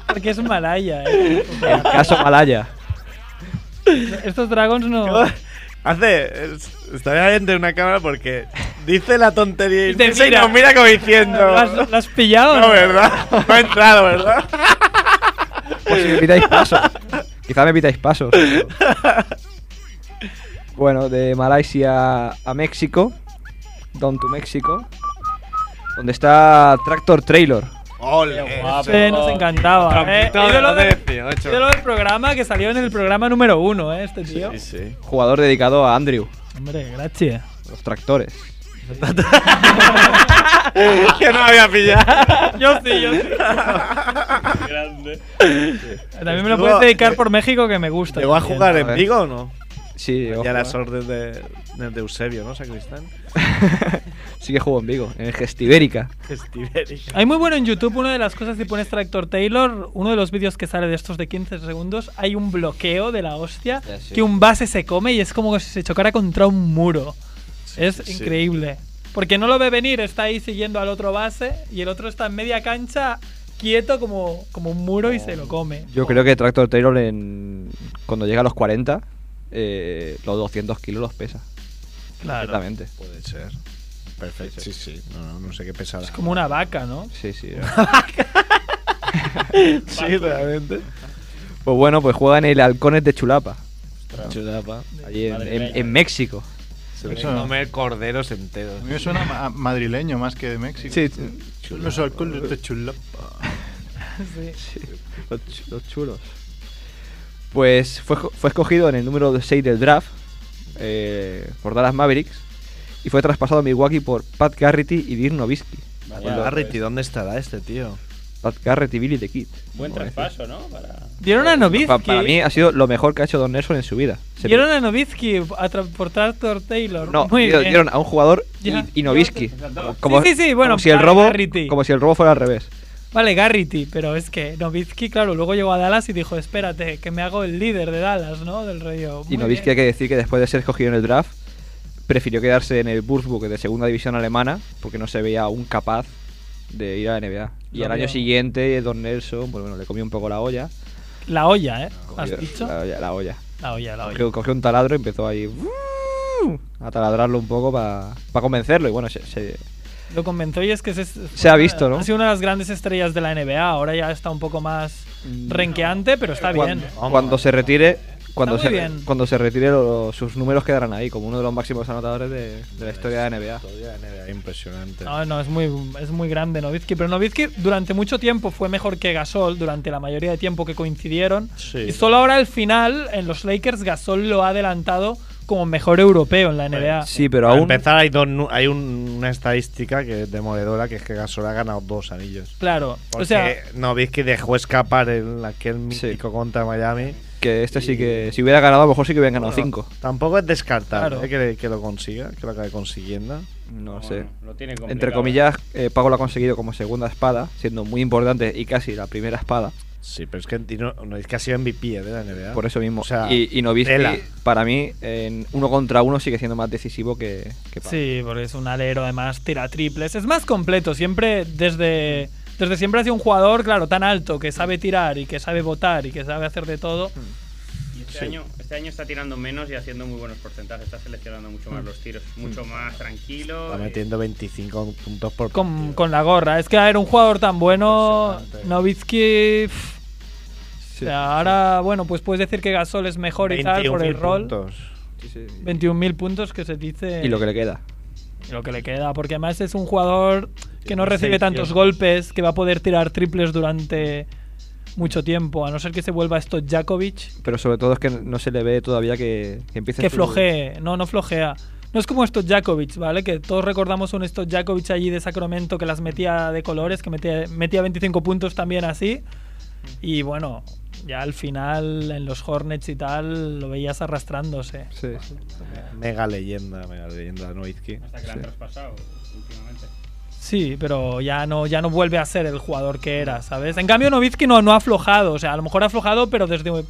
S3: Porque es malaya, ¿eh?
S7: El caso Malaya.
S3: Estos dragons no.
S2: Hace. es- Está delante de una cámara porque dice la tontería y,
S3: te
S2: piensa y
S3: mira.
S2: nos mira como diciendo.
S3: ¿Lo has, lo has pillado?
S2: No, ¿verdad? No ha entrado, ¿verdad?
S7: Pues si me pitáis pasos. Quizá me pitáis pasos. pero- Bueno, de Malasia a México. Down to México. Donde está Tractor Trailer.
S2: ¡Ole!
S3: Este nos encantaba. ¿eh?
S11: Campito de
S3: Ídolo, del-
S11: 18.
S3: ídolo del programa que salió en el programa número uno, ¿eh? Este tío.
S7: Jugador dedicado a Andrew.
S3: Hombre, gracias.
S7: Los tractores.
S2: que no había pillado.
S3: Yo sí, yo sí.
S12: Grande.
S3: También me lo puedes dedicar por México que me gusta.
S2: ¿Llegó a
S3: también.
S2: jugar en Vigo o no?
S7: Sí, eh.
S2: Ya las órdenes de, de Eusebio, ¿no, Sacristán?
S7: Sí que jugó en Vigo, en el Gestibérica.
S2: Estiveri.
S3: Hay muy bueno en YouTube, una de las cosas, si pones Tractor Taylor, uno de los vídeos que sale de estos de 15 segundos, hay un bloqueo de la hostia
S11: Ya, sí.
S3: que un base se come y es como si se chocara contra un muro. es
S11: sí.
S3: increíble. Porque no lo ve venir, está ahí siguiendo al otro base y el otro está en media cancha quieto como, como un muro y se lo come.
S7: Yo creo que Tractor Taylor en... cuando llega a los 40, eh, los 200 kilos los pesa.
S3: Claro.
S7: Perfectamente.
S2: Puede ser. Perfecto. Sí, sí. No, no, no sé qué pesará.
S3: Es como una vaca, ¿no?
S7: Sí, sí.
S2: sí, realmente.
S7: Pues bueno, pues juega en el Halcones de Chulapa.
S2: Chulapa.
S7: Allí en,
S2: Madre
S7: en-
S2: mía.
S7: en México.
S4: Eso no.
S11: Comer corderos enteros.
S4: A mí me suena ma- a madrileño más que de México.
S7: Sí,
S4: No soy alcohol de chulapa.
S7: Sí, los, chu- los chulos. Pues fue, jo- fue escogido en el número 6 del draft eh, por Dallas Mavericks y fue traspasado a Milwaukee por Pat Garrity y Dirk Nowitzki. Cuando-
S12: ¿eh?
S2: Garrity, ¿dónde estará este tío?
S7: Pat Garrity, Billy the Kid.
S12: Buen traspaso, ¿no? Para...
S3: Dieron a Novitsky.
S7: Pa- para mí ha sido lo mejor que ha hecho Don Nelson en su vida. Se-
S3: Dieron a Novitsky a tra- por Tractor Taylor.
S7: no,
S3: Muy
S7: dieron,
S3: bien.
S7: dieron a un jugador y-
S3: Ya.
S7: y, Nowitzki.
S3: Sí, sí, sí, bueno,
S7: como si el
S3: Pat
S7: robo,
S3: Garrity.
S7: como si el robo fuera al revés.
S3: Vale, Garrity, pero es que Novitsky, claro, luego llegó a Dallas y dijo, espérate, que me hago el líder de Dallas, ¿no? Del rollo. Muy
S7: Y Nowitzki hay
S3: bien.
S7: que decir que después de ser escogido en el draft, prefirió quedarse en el Würzburg de segunda división alemana porque no se veía aún capaz de ir a la NBA. Y
S3: Lo
S7: al año
S3: veo.
S7: siguiente, Don Nelson, pues bueno, le comió un poco la olla.
S3: La olla, ¿eh? ¿Has
S7: Cogió-
S3: dicho?
S7: La olla, la olla.
S3: La olla, la olla.
S7: Cogió, cogió un taladro y empezó ahí ¡uh! a taladrarlo un poco para convencerlo. Y bueno, se, se-
S3: Lo convenció y es que se, se
S7: Se ha visto, ¿no?
S3: Ha sido una de las grandes estrellas de la NBA. Ahora ya está un poco más
S7: Mm.
S3: renqueante, pero está bien. ¿eh?
S7: cuando, cuando se retire, cuando
S3: Está
S7: se,
S3: muy bien.
S7: cuando se retire, lo- sus números quedarán ahí como uno de los máximos anotadores de, de la historia de la NBA.
S2: Ah, Eh, Impresionante.
S3: No, no, es muy, es muy grande Novitsky. Pero Novitsky durante mucho tiempo fue mejor que Gasol, durante la mayoría de tiempo que coincidieron.
S2: Sí.
S3: Y solo ahora al final, en los Lakers, Gasol lo ha adelantado como mejor europeo en la NBA.
S7: Sí, pero
S2: Para
S7: aún.
S2: empezar, hay, dos nu- hay un- una estadística que es demoledora, que es que Gasol ha ganado dos anillos.
S3: Claro,
S2: Porque
S3: o sea,
S2: Nowitzki dejó escapar el, aquel mítico contra Miami.
S7: Que este sí que. Si hubiera ganado, a lo mejor sí que hubieran ganado 5.
S2: Tampoco es descartable
S3: Claro.
S2: eh, que, que lo consiga, que lo acabe consiguiendo.
S7: No sé.
S12: Lo tiene complicado.
S7: Entre comillas, eh, Pago lo ha conseguido como segunda espada, siendo muy importante y casi la primera espada.
S2: Sí, pero es que no, no, es que ha sido MVP eh, de la NBA.
S7: Por eso mismo.
S2: O sea,
S7: y, y Nowitzki,
S2: tela.
S7: para mí, en uno contra uno sigue siendo más decisivo que, que Pago.
S3: Sí, porque es un alero, además tira triples. Es más completo, siempre desde, desde siempre ha
S7: Mm.
S3: sido un jugador, claro, tan alto, que sabe tirar y que sabe botar y que sabe hacer de todo.
S12: Este,
S7: Sí.
S12: año, este año está tirando menos y haciendo muy buenos porcentajes. Está seleccionando mucho más
S3: Mm.
S12: los tiros. Mucho más tranquilo.
S2: Está
S12: eh,
S2: metiendo 25 puntos por
S3: Con, con la gorra. Es que era un jugador tan bueno. Novitsky. pff. O sea, ahora, bueno, pues puedes decir que Gasol es mejor y tal por el
S2: 21.000
S3: rol.
S2: puntos.
S7: Sí, sí.
S3: 21.000 puntos que se dice.
S7: Y lo que le queda.
S3: y lo que le queda, porque además es un jugador que no
S2: Seis,
S3: recibe tantos
S2: tío.
S3: golpes, que va a poder tirar triples durante mucho tiempo, a no ser que se vuelva esto Djokovic,
S7: Pero sobre todo es que no se le ve todavía que, que empiece
S3: que
S7: su-
S3: flojee, no, no flojea. No es como esto Djokovic, ¿vale? Que todos recordamos un esto Djokovic allí de Sacramento que las metía de colores, que metía, metía 25 puntos también así. Y bueno, ya al final en los Hornets y tal lo veías arrastrándose.
S7: Sí, sí.
S2: Mega leyenda, mega leyenda Noizki.
S12: Hasta que la han traspasado últimamente.
S3: Sí, pero ya no, ya no vuelve a ser el jugador que era, ¿sabes? En cambio, Novitsky no, no ha aflojado. O sea, a lo mejor ha aflojado, pero desde. O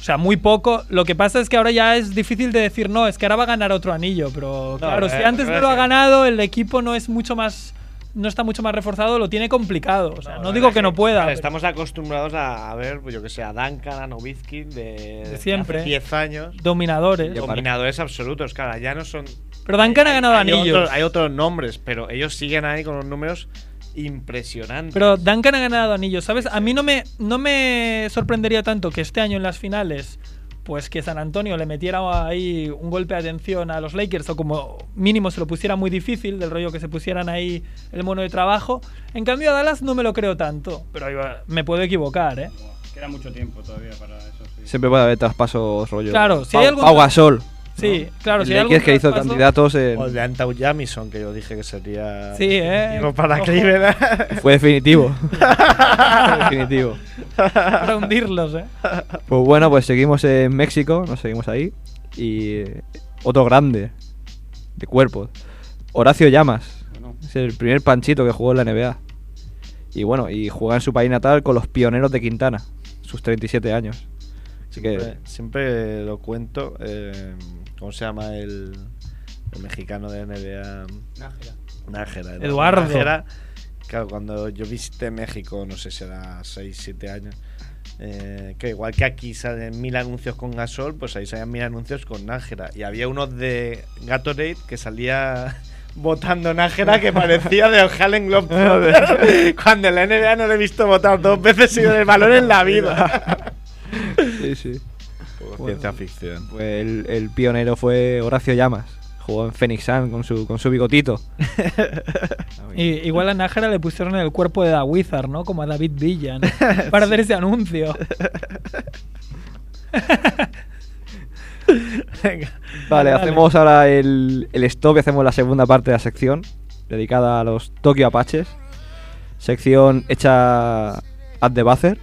S3: sea, muy poco. Lo que pasa es que ahora ya es difícil de decir, no, es que ahora va a ganar otro anillo. Pero claro,
S11: eh,
S3: si antes no
S11: pero
S3: lo
S11: es
S3: ha
S11: que-
S3: ganado, el equipo no es mucho más. No está mucho más reforzado, lo tiene complicado. O sea, no, digo que no pueda.
S11: Claro, estamos acostumbrados a, a ver, pues yo que sé, a Duncan, a Novitsky de,
S3: De siempre.
S11: hace 10 años.
S3: Dominadores.
S11: Dominadores absolutos, claro, ya no son.
S3: Pero Duncan ha ganado
S11: hay
S3: anillos.
S11: otros- hay otros nombres, pero ellos siguen ahí con unos números impresionantes.
S3: Pero Duncan ha ganado anillos, ¿sabes? A mí no me, no me sorprendería tanto que este año en las finales, pues que San Antonio le metiera ahí un golpe de atención a los Lakers o como mínimo se lo pusiera muy difícil, del rollo que se pusieran ahí el mono de trabajo. En cambio a Dallas no me lo creo tanto, pero ahí va- me puedo equivocar, ¿eh?
S12: Queda mucho tiempo todavía para eso. sí.
S7: Siempre puede haber traspasos rollo.
S3: Claro, si hay
S7: Pau-
S3: algún-
S7: Pau Gasol.
S3: Sí, claro,
S7: El
S3: si hay
S7: Lakers
S3: algún
S7: que hizo
S3: traspaso-
S7: candidatos en-
S2: O el de Antau Jamison, que yo dije que sería.
S3: Sí, ¿eh?
S2: definitivo Para
S3: Ojo.
S2: Cleveland.
S7: Fue definitivo. Fue definitivo.
S3: Para hundirlos, ¿eh?
S7: Pues bueno, pues seguimos en México, nos seguimos ahí. Y eh, otro grande de cuerpo. Horacio Llamas. Es el primer panchito que jugó en la NBA. Y bueno, y juega en su país natal con los pioneros de Quintana, sus 37 años. Así que
S2: Siempre, siempre lo cuento. eh, ¿Cómo se llama el, el mexicano de NBA? Nájera. Nájera.
S3: Eduardo.
S2: Nájera. Claro, cuando yo visité México, no sé si era 6, 7 años, eh, que igual que aquí salen mil anuncios con Gasol, pues ahí salían mil anuncios con Nájera. Y había unos de Gatorade que salía votando Nájera que parecía de Harlem Globetrotters. Cuando en la NBA no le he visto votar dos veces y el valor en la vida. Pues
S7: sí, sí.
S2: Ciencia ficción.
S7: Pues el, el pionero fue Horacio Llamas. Jugó en Phoenix Sun con su, con su bigotito.
S3: Y- igual a Nájera le pusieron el cuerpo de la Wizard, ¿no? Como a David Villan. Para hacer ese anuncio.
S7: Vale,
S3: Vale,
S7: hacemos ahora el, el stop y hacemos la segunda parte de la sección dedicada a los Tokyo Apaches. Sección hecha at the buzzer.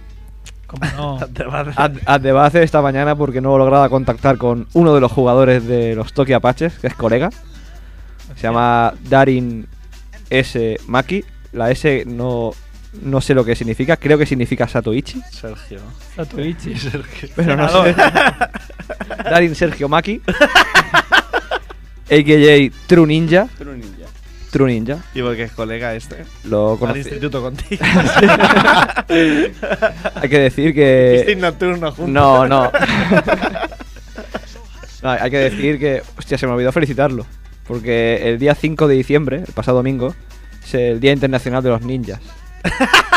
S3: Como no.
S7: At, at the buzzer esta mañana porque no he logrado contactar con uno de los jugadores de los Tokyo Apaches, que es colega. Se llama Darin S. Maki. La S no, no sé lo que significa, creo que significa Satoichi.
S2: Sergio.
S3: Satoichi.
S7: Pero no
S3: Senador.
S7: sé. Darin Sergio Maki. AKJ True Ninja.
S12: True Ninja.
S7: True Ninja.
S2: Y porque es colega
S7: Eh,
S2: este.
S7: Lo
S2: Al
S7: conocí.
S2: instituto contigo.
S7: Hay que decir que.
S2: Hicisteis nocturno juntos.
S7: No, no. No, hay que decir que. Hostia, se me olvidó felicitarlo. Porque el día 5 de diciembre, el pasado domingo, es el Día Internacional de los Ninjas.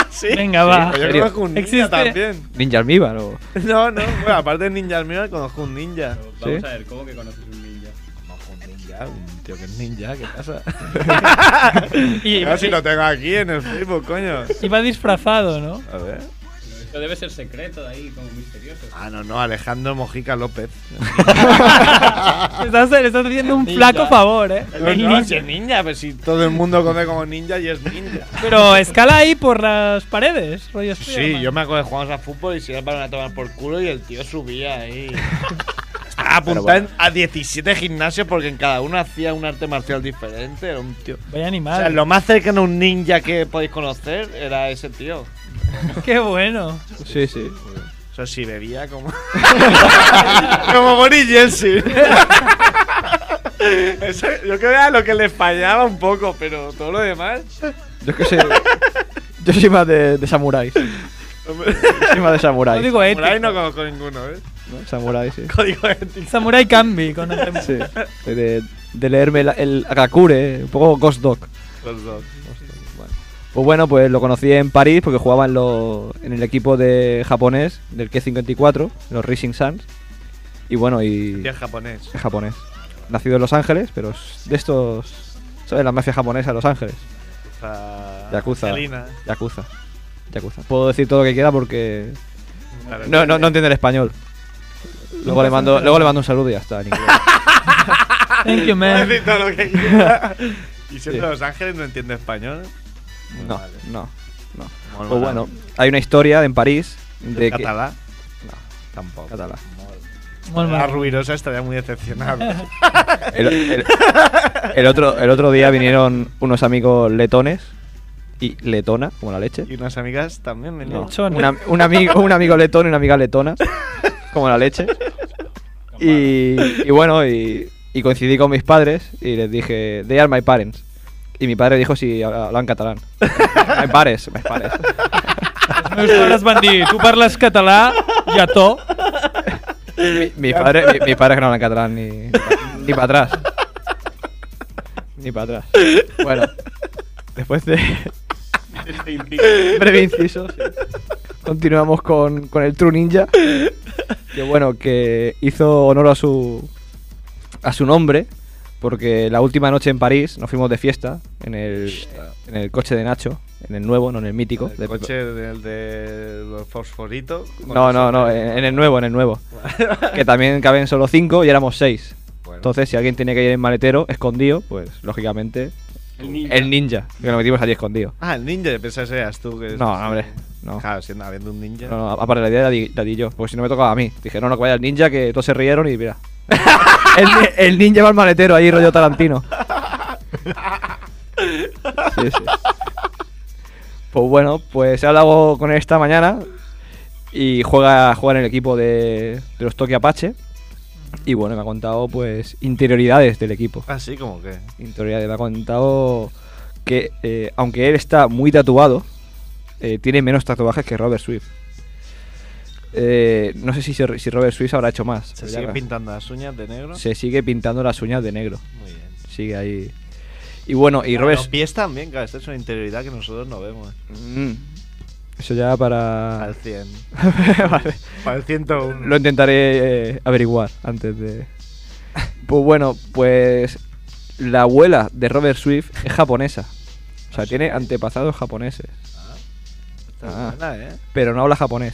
S2: sí.
S3: Venga, va.
S2: Pues yo
S7: serio.
S2: conozco un ninja
S3: Existe-
S2: también.
S7: Ninja Almíbar o.
S2: No, no. Bueno, aparte de ninja mío, conozco un ninja.
S12: Vamos
S7: ¿Sí?
S12: a ver, ¿cómo que conoces un ninja?
S2: Conozco un ninja, un tío que es ninja. ¿Qué pasa?
S3: Y-
S2: Claro, si lo tengo aquí en el Facebook, coño.
S3: Iba disfrazado, ¿no?
S2: A ver.
S12: Pero esto debe ser secreto ahí, como misterioso.
S2: Ah, no, no. Alejandro Mojica López.
S3: Le estás, le estás haciendo un flaco favor, ¿eh?
S2: No, no, si es ninja.
S11: Niña, pues si
S2: Todo el mundo conoce como ninja y es ninja.
S3: Pero escala ahí por las paredes, rollo
S11: Sí,
S3: Spiderman.
S11: yo me acuerdo que jugamos a fútbol y se iba el balón a tomar por culo y el tío subía ahí.
S2: Ah, apuntan
S11: bueno.
S2: a 17 gimnasios porque en cada
S11: Uno hacía un arte marcial diferente, era un tío.
S3: Vaya
S11: O sea,
S3: animal.
S11: lo más cercano a un ninja que podéis conocer era ese tío.
S3: Qué bueno.
S7: Sí, sí.
S2: Eso sí, bebía como. como Boris Jensen. Eso, yo creo que era lo que le fallaba un poco, pero todo lo demás.
S7: Yo es que soy. Yo soy más de, de samuráis. Yo soy más de
S3: No
S7: samuráis.
S3: digo
S2: Por ahí
S3: ético.
S2: no conozco ninguno, ¿eh?
S7: ¿no? Samurai, sí.
S3: Código Samurai Kambi con el
S7: Sí. Soy De, de leerme la- el Agakure, un poco Ghost Dog. Pues bueno, pues lo conocí en París porque jugaba en, lo- en el equipo de japonés del K54, los Rising Suns. Y bueno, y.
S10: Y es japonés.
S7: Es japonés. Nacido en Los Ángeles, pero es de estos. ¿Sabes? La mafia japonesa de Los Ángeles.
S11: Yakuza.
S7: Yakuza.
S11: Angelina.
S7: Yakuza. Yakuza. Puedo decir todo lo que quiera porque.
S11: Claro,
S7: No, no, no entiende el español. Luego le, mando, luego le mando un saludo y ya está. en inglés.
S3: Thank you, man.
S11: Puedes decir todo lo que quieras. y siendo
S7: eh. Sí.
S11: Los Ángeles no entiende español. Muy
S7: No,
S11: mal.
S7: no, no.
S11: Molt
S7: Pues
S11: malalt.
S7: bueno, hay una historia en París de que-
S11: catalá?
S7: No,
S11: tampoco.
S7: Catalá.
S3: Molt
S11: La
S3: mal.
S11: ruidosa estaría muy decepcionada.
S7: El, el- el otro, el otro día vinieron unos amigos letones y letona, como la leche.
S11: y unas amigas también venían.
S7: No, una- un, amigo, un amigo letón y una amiga letona, como la leche. Y, y bueno, y, y coincidí con mis padres y les dije, they are my parents. Y mi padre dijo si hablaban catalán. My pares, my pares.
S3: Els meus pares van dir, tu parles català, ja to.
S7: Mi, mi padre, mi, mi padre que no hablan catalán ni, ni para atrás. Ni para atrás. Bueno, después de breve inciso, sí. continuamos con, con el True Ninja. Que bueno, que hizo honor a su, a su nombre, porque la última noche en París nos fuimos de fiesta en el, en el coche de Nacho, en el nuevo, no en el mítico.
S11: El
S7: de-
S11: coche del de los fosforitos.
S7: no, no, no, eh, en, en el nuevo, en el nuevo. que también caben solo cinco y éramos seis. Entonces, si alguien tenía que ir en maletero, escondido, pues lógicamente.
S11: El ninja.
S7: El ninja, que lo metimos allí escondido.
S11: Ah, el ninja, pensás eras tú. Que
S7: No, no, hombre, no.
S11: Claro, siendo habiendo un ninja.
S7: No, no, aparte la idea la di, la di yo, porque si no me tocaba a mí. Dije, no, no, que vaya el ninja, que todos se rieron y mira. el, ni- el ninja va al maletero ahí, rollo Tarantino. Sí, sí. Pues bueno, pues he hablado con él esta mañana y juega, juega en el equipo de, de los Tokio Apache. Y bueno, me ha contado pues interioridades del equipo.
S11: Así Ah, como que.
S7: Interioridades, me ha contado que eh, aunque él está muy tatuado, eh, tiene menos tatuajes que Robert Swift. Eh, no sé si, si Robert Swift habrá hecho más.
S11: Se
S7: pero
S11: sigue
S7: ya-
S11: pintando las uñas de negro.
S7: se sigue pintando las uñas de negro.
S11: Muy bien.
S7: Sigue ahí. Y bueno, y
S11: Claro,
S7: Robert.
S11: Los pies también, claro, esta es una interioridad que nosotros no vemos. ¿eh?
S7: Mm. Eso ya para.
S11: Al 100.
S7: Ah. Vale.
S11: Para el 101.
S7: Lo intentaré eh, averiguar antes de. Pues bueno, pues. La abuela de Robert Swift es japonesa. O sea, tiene antepasados japoneses.
S11: Está
S7: Ah.
S11: buena, ¿eh?
S7: Pero no habla japonés.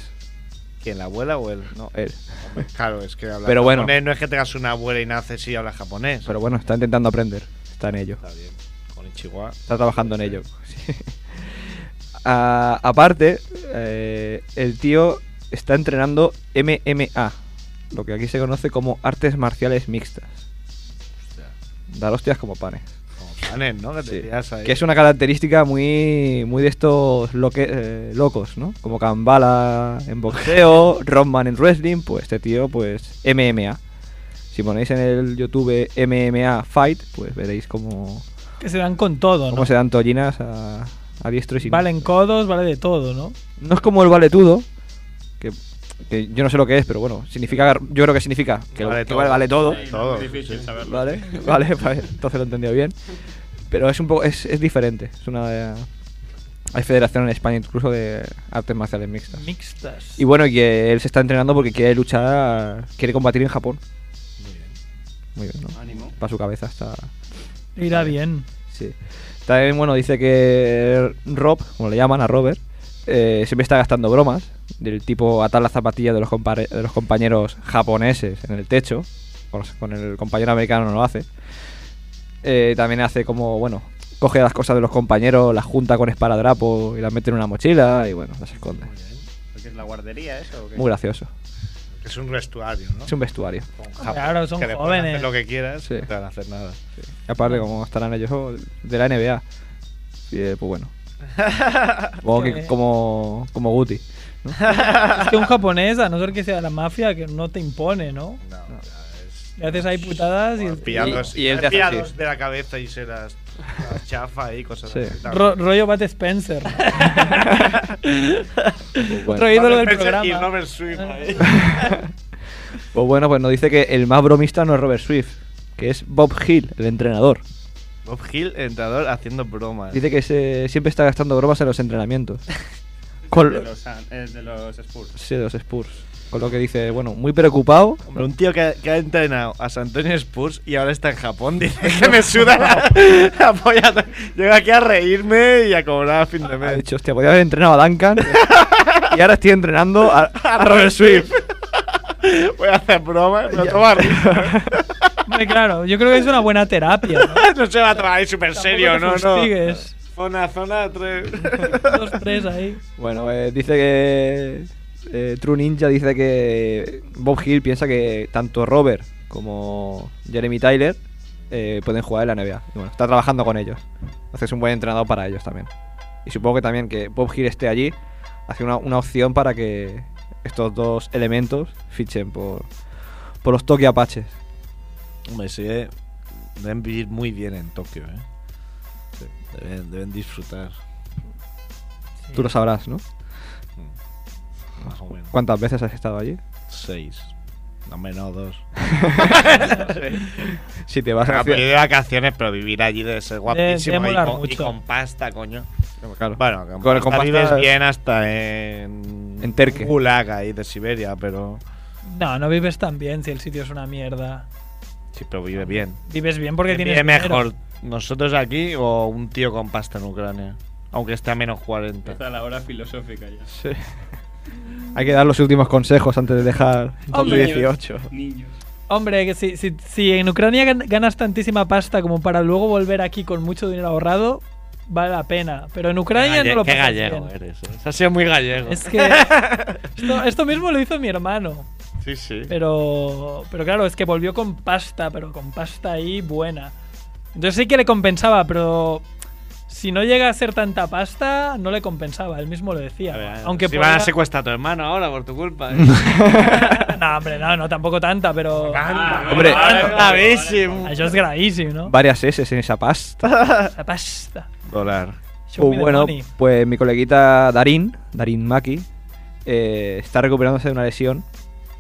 S11: ¿Quién, la abuela o él?
S7: No, él.
S11: Hombre, Claro, es que habla
S7: Pero bueno.
S11: japonés, No es que tengas una abuela y naces y hablas japonés.
S7: Pero bueno, está intentando aprender. Está en ello.
S11: Está bien. Con el chihuahua.
S7: Está trabajando en ello. Sí. A- aparte, eh, el tío está entrenando MMA, lo que aquí se conoce como artes marciales mixtas. Dar hostias como panes.
S11: Como panes, ¿no? Que te
S7: Sí.
S11: tiras ahí.
S7: Que es una característica muy, muy de estos loque- eh, locos, ¿no? Como Kambala en boxeo, Rodman en wrestling, pues este tío, pues MMA. Si ponéis en el YouTube MMA Fight, pues veréis cómo,
S3: Que se dan con todo,
S7: cómo
S3: ¿no?
S7: se dan tollinas a, a diestro y siniestro.
S3: Valen codos, vale de todo, ¿no?
S7: No es como el valetudo, que, que yo no sé lo que es, pero bueno, significa, agar- yo creo que significa que
S11: Vale
S7: vale,
S11: todo.
S7: vale, vale todo.
S2: Sí, no,
S11: Todo.
S2: Es difícil saberlo.
S7: Vale, vale, vale, entonces lo he entendido bien. Pero es un poco, es, es diferente. Es una, eh, hay federación en España incluso de artes marciales mixtas.
S3: Mixtas.
S7: Y bueno, y que él se está entrenando porque quiere luchar, quiere combatir en Japón. Muy bien. Muy bien, ¿no?
S2: Ánimo.
S7: Para su cabeza está...
S3: Irá bien.
S7: Sí. También, bueno, dice que Rob, como le llaman a Robert, eh, siempre está gastando bromas del tipo atar las zapatillas de los, compare- de los compañeros japoneses en el techo. Con, los- con el compañero americano no lo hace. Eh, también hace como, bueno, coge las cosas de los compañeros, las junta con esparadrapo y las mete en una mochila y bueno, las esconde.
S2: Porque es la guardería eso. ¿o qué?
S7: Muy gracioso.
S11: Que Es un vestuario, ¿no?
S7: Es un vestuario.
S2: Ah,
S11: Con
S3: Claro,
S11: Japón,
S3: son
S11: que le pueden
S3: jóvenes.
S11: hacer lo que quieras,
S7: Sí.
S11: no te van a hacer nada.
S7: Y aparte, como estarán ellos de la NBA. Y, eh, pues bueno. Supongo que como, como Guti. ¿no?
S3: Es que un japonés, a no ser que sea la mafia, que no te impone, ¿no?
S11: No, no, es-
S3: Le haces ahí putadas y...
S11: Bueno, pillados,
S7: Ah, y- y él te hace
S11: pillados
S7: así.
S11: de la cabeza y se las, las chafa y cosas
S7: Sí.
S11: así. también.
S3: Ro- rollo Bat Spencer.
S7: Pues bueno.
S3: Otro ídolo del
S11: Robert Spencer
S3: programa.
S11: Y Robert Swift. ahí.
S7: Pues bueno, pues nos dice que el más bromista no es Robert Swift, que es Bob Hill, el entrenador.
S2: Bob Hill, entrenador, haciendo bromas.
S7: Dice que se- siempre está gastando bromas en los entrenamientos. Con
S12: De
S7: lo-
S12: los, San- eh, de los Spurs.
S7: sí, de los Spurs. Con lo que dice, bueno, muy preocupado.
S2: Hombre, un tío que, que ha entrenado a San Antonio Spurs y ahora está en Japón. Dice que me suda la, la polla. Llego aquí a reírme y a cobrar a fin de
S7: Ha
S2: mes.
S7: dicho, hostia, podía haber entrenado a Duncan. y ahora estoy entrenando a, a Robert Swift.
S2: Voy a hacer bromas, pero tomar.
S3: Hombre, claro, yo creo que es una buena terapia. ¿no?
S2: No se va a trabajar súper serio,
S3: Tampoco
S2: no,
S3: te
S2: no.
S3: fustigues.
S2: Zona, zona, tres.
S3: Dos, tres ahí.
S7: Bueno, eh, dice que. eh, True Ninja dice que Bob Hill piensa que tanto Robert como Jeremy Tyler eh, pueden jugar en la NBA. Y bueno, está trabajando con ellos. Entonces es un buen entrenador para ellos también. Y supongo que también que Bob Hill esté allí hace una, una opción para que estos dos elementos fichen por, por los Tokio Apaches.
S2: Hombre, sí, eh, deben vivir muy bien en Tokio, ¿eh? Deben, deben disfrutar,
S7: Tú lo sabrás, ¿no?
S2: más o menos.
S7: ¿Cuántas veces has estado allí?
S2: Seis. No menos dos.
S7: Si te vas
S11: Ah,
S7: a...
S11: pero yo de vacaciones, pero vivir allí debe ser guapísimo. y,
S3: molar
S11: con, y
S3: mucho.
S11: con pasta, coño.
S7: Claro.
S2: Bueno, con,
S7: Con el
S2: pasta
S7: compás
S2: vives
S7: de-
S2: bien hasta en.
S7: En Terque.
S2: Gulag ahí de Siberia, pero.
S3: No, no vives tan bien si el sitio es una mierda.
S2: Sí, pero vive bien.
S3: Vives bien porque
S11: Que
S3: tienes.
S11: vive
S3: dinero.
S11: mejor nosotros aquí o un tío con pasta en Ucrania? Aunque esté a menos 40.
S12: Hasta la hora filosófica ya.
S7: Sí. Hay que dar los últimos consejos antes de dejar
S3: Hombre.
S7: 2018.
S12: Niños.
S3: Hombre, que si, si, si en Ucrania gan- ganas tantísima pasta como para luego volver aquí con mucho dinero ahorrado, vale la pena. Pero en Ucrania
S11: Galle-
S3: no lo
S11: Qué
S3: pasas
S11: gallego
S3: bien.
S11: eres. ¿eh? Has sido muy gallego.
S3: Es que. esto, esto mismo lo hizo mi hermano.
S11: Sí, sí.
S3: Pero, pero claro, es que volvió con pasta, pero con pasta ahí buena. Entonces sí que le compensaba, pero si no llega a ser tanta pasta, no le compensaba, él mismo lo decía. Aunque
S11: si van a
S3: podía-
S11: secuestrar a tu hermano ahora por tu culpa. ¿eh?
S3: no, hombre, no, no, tampoco tanta, pero...
S12: Ah,
S3: Ah,
S7: Hombre.
S11: Ahora es gravísimo.
S3: Eso es gravísimo, ¿no?
S7: Varias S en esa pasta.
S3: La pasta.
S2: Dólar.
S3: Show me
S7: Pues
S3: the
S7: bueno,
S3: money.
S7: pues mi coleguita Darín, Darín Maki, eh, está recuperándose de una lesión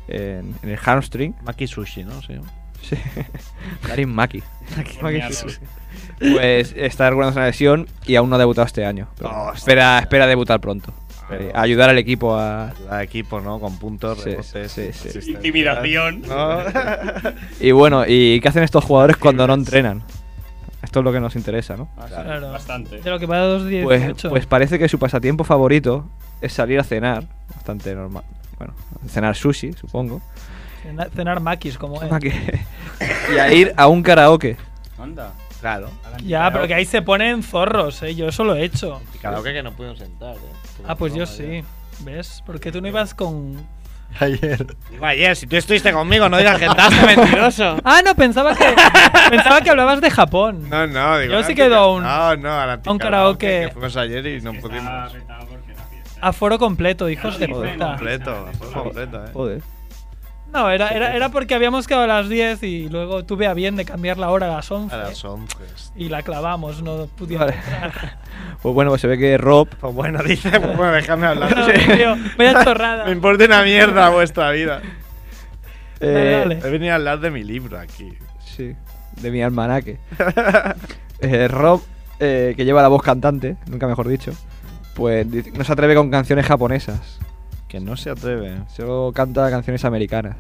S7: en, en el hamstring.
S2: Maki Sushi, ¿no? Sí.
S7: Sí. Darín Maki.
S12: Horneado.
S7: Pues está recuperándose de una lesión y aún no ha debutado este año. Pero
S2: Oh,
S7: espera, espera debutar pronto. Eh, ayudar al equipo a...
S2: La Ah, equipo, ¿no? Con puntos,
S7: Sí,
S2: rebotes.
S7: sí, sí.
S2: asistencias.
S12: Intimidación.
S2: ¿No?
S7: Y bueno, ¿y qué hacen estos jugadores cuando no entrenan? Esto es lo que nos interesa, ¿no?
S12: Ah, sí,
S3: Claro.
S12: Bastante.
S3: De lo que va a 2.18.
S7: Pues, pues parece que su pasatiempo favorito es salir a cenar, bastante normal. Bueno, cenar sushi, supongo.
S3: Cena- cenar maquis como él.
S7: Que- y a ir a un karaoke.
S12: Anda.
S2: claro.
S3: Ya, pero que ahí se ponen zorros, ¿eh? Yo eso lo he hecho.
S11: Claro que, que no pudieron sentar. ¿eh?
S3: Ah, pues yo
S11: Broma,
S3: sí. ¿Ves? Porque tú no ibas con...
S4: Ayer.
S11: ya. Digo, ayer, si tú estuviste conmigo, no digas que estás mentiroso.
S3: Ah, no, pensaba que, pensaba que hablabas de Japón.
S2: No, no, digo.
S3: Yo
S2: la
S3: sí
S2: antica-
S3: quedo a un-
S2: No, no, a la antica-
S3: un karaoke.
S2: Que fuimos ayer y no
S11: ah,
S2: pudimos.
S12: Petado porque la fiesta.
S3: Aforo completo, hijos de
S7: Joder.
S3: puta.
S2: Completo, fue completo, eh.
S7: Joder.
S3: No, era, era, era porque habíamos quedado a las 10 y luego tuve a bien de cambiar la hora a las 11.
S2: A las 11.
S3: Y la clavamos, no pude
S7: Vale. Pues bueno, pues se ve que Rob.
S2: Pues bueno, dice, pues bueno, déjame hablar.
S3: No, tío, vaya chorrada.
S2: Me importa una mierda vuestra vida.
S7: eh,
S3: dale.
S2: He venido a hablar de mi libro aquí.
S7: Sí, de mi almanaque. Eh, Rob, eh, que lleva la voz cantante, nunca mejor dicho, pues dice- no se atreve con canciones japonesas.
S2: Que no se atreve. eh.
S7: Solo canta canciones americanas.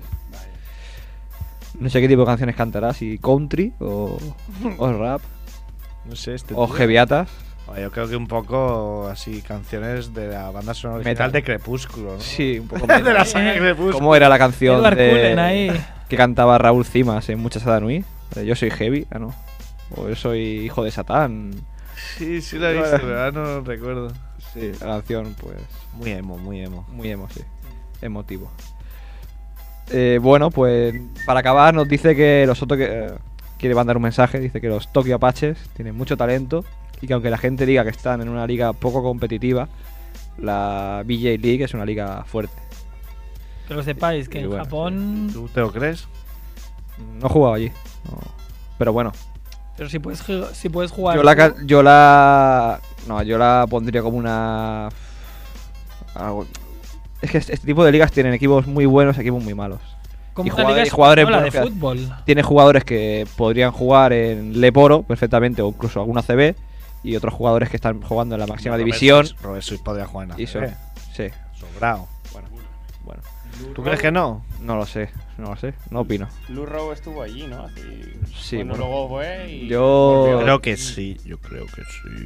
S7: No sé qué tipo de canciones cantará, si country o, o rap
S2: No sé, este.
S7: o
S2: tío.
S7: heaviatas.
S2: O Yo creo que un poco así, canciones de la banda sonora
S7: Metal.
S2: original de Crepúsculo, ¿no?
S3: Oh.
S7: Sí, un poco
S2: de la
S7: menos.
S2: saga Crepúsculo.
S7: ¿Cómo era la canción
S3: Edward Cullen ahí.
S7: de, que cantaba Raúl Cimas en Muchas Adanui? De Yo soy heavy, ah no. O yo soy hijo de Satán.
S2: Sí, sí, la he visto, pero ahora no recuerdo.
S7: Sí, la canción, pues.
S2: Muy emo, muy emo.
S7: Muy emo, sí. Emotivo. Eh, bueno, pues para acabar nos dice que los otros que eh, quiere mandar un mensaje, dice que los Tokyo Apaches tienen mucho talento y que aunque la gente diga que están en una liga poco competitiva, la BJ League es una liga fuerte.
S3: Que lo sepáis, que
S7: Y
S3: en
S7: bueno,
S3: Japón...
S2: ¿Tú te lo crees?
S7: No he jugado allí, no. pero bueno.
S3: Pero si puedes, ju- si puedes jugar...
S7: Yo la, ca- yo la. No, yo la pondría como una. algo- Es que este este tipo de ligas tienen equipos muy buenos y equipos muy malos.
S3: Como
S7: y
S3: una
S7: jugadores,
S3: liga
S7: y jugadores
S3: española
S7: buenos
S3: de
S7: que-
S3: fútbol.
S7: Tiene jugadores que podrían jugar en Leporo perfectamente o incluso alguna CB y otros jugadores que están jugando en la máxima
S2: Robert
S7: división.
S12: pues,
S2: Suárez- Robert Suárez podría jugar en la
S7: Y son-
S2: CB.
S7: Sí.
S2: Sobrado.
S7: Bueno, bueno.
S2: ¿Tú crees que no?
S7: No lo sé, no lo sé, no opino.
S12: Lou Rowe estuvo allí, ¿no? Así-
S7: Sí,
S12: bueno,
S7: bueno.
S12: luego fue y...
S7: Yo
S2: Creo que sí. Yo creo que sí.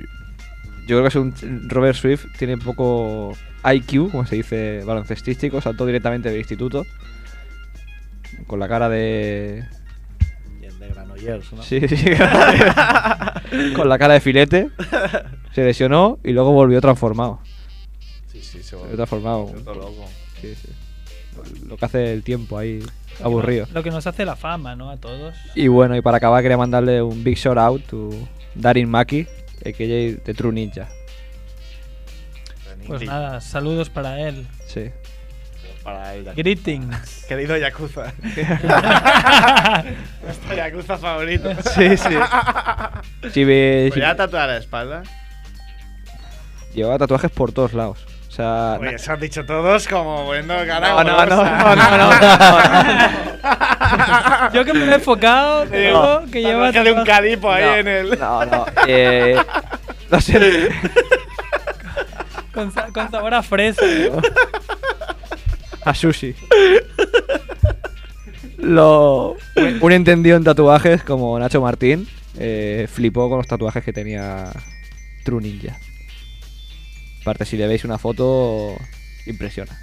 S7: Yo creo que es un Robert Swift tiene poco IQ, como se dice baloncestístico, saltó directamente del instituto con la cara de
S2: Y el de Granollers, ¿no?
S7: Sí, sí, con la cara de filete. Se lesionó y luego volvió transformado.
S13: Sí, sí, se
S7: volvió transformado.
S13: volvió todo loco.
S7: Sí, sí. Lo que hace el tiempo ahí, aburrido.
S3: Lo que nos hace la fama, ¿no? A todos.
S7: Y bueno, y para acabar quería mandarle un big shout out to Darin Maki, AKJ de True Ninja.
S3: Pues nada, saludos para él.
S7: Sí.
S13: Para el
S3: Greetings.
S2: Querido Yakuza.
S13: Nuestro Yakuza favorito.
S7: Sí, sí. Chibi,
S2: Pues
S13: ¿Voy a tatuar la espalda?
S7: Llevaba tatuajes por todos lados. O sea,
S13: Oye, se han dicho todos como bueno, cara
S7: No, no, no,
S13: golosa.
S7: no, no,
S3: Yo que me he enfocado,
S13: Te
S3: creo
S13: digo,
S3: que lleva.
S13: tatuaje de un calipo ahí
S7: No,
S13: en el.
S7: No, no. eh, no sé.
S3: Con, sa- con sabor a fresa. ¿no?
S7: A sushi. Lo, un entendido en tatuajes como Nacho Martín eh, flipó con los tatuajes que tenía True Ninja. Aparte, si le veis una foto, impresiona.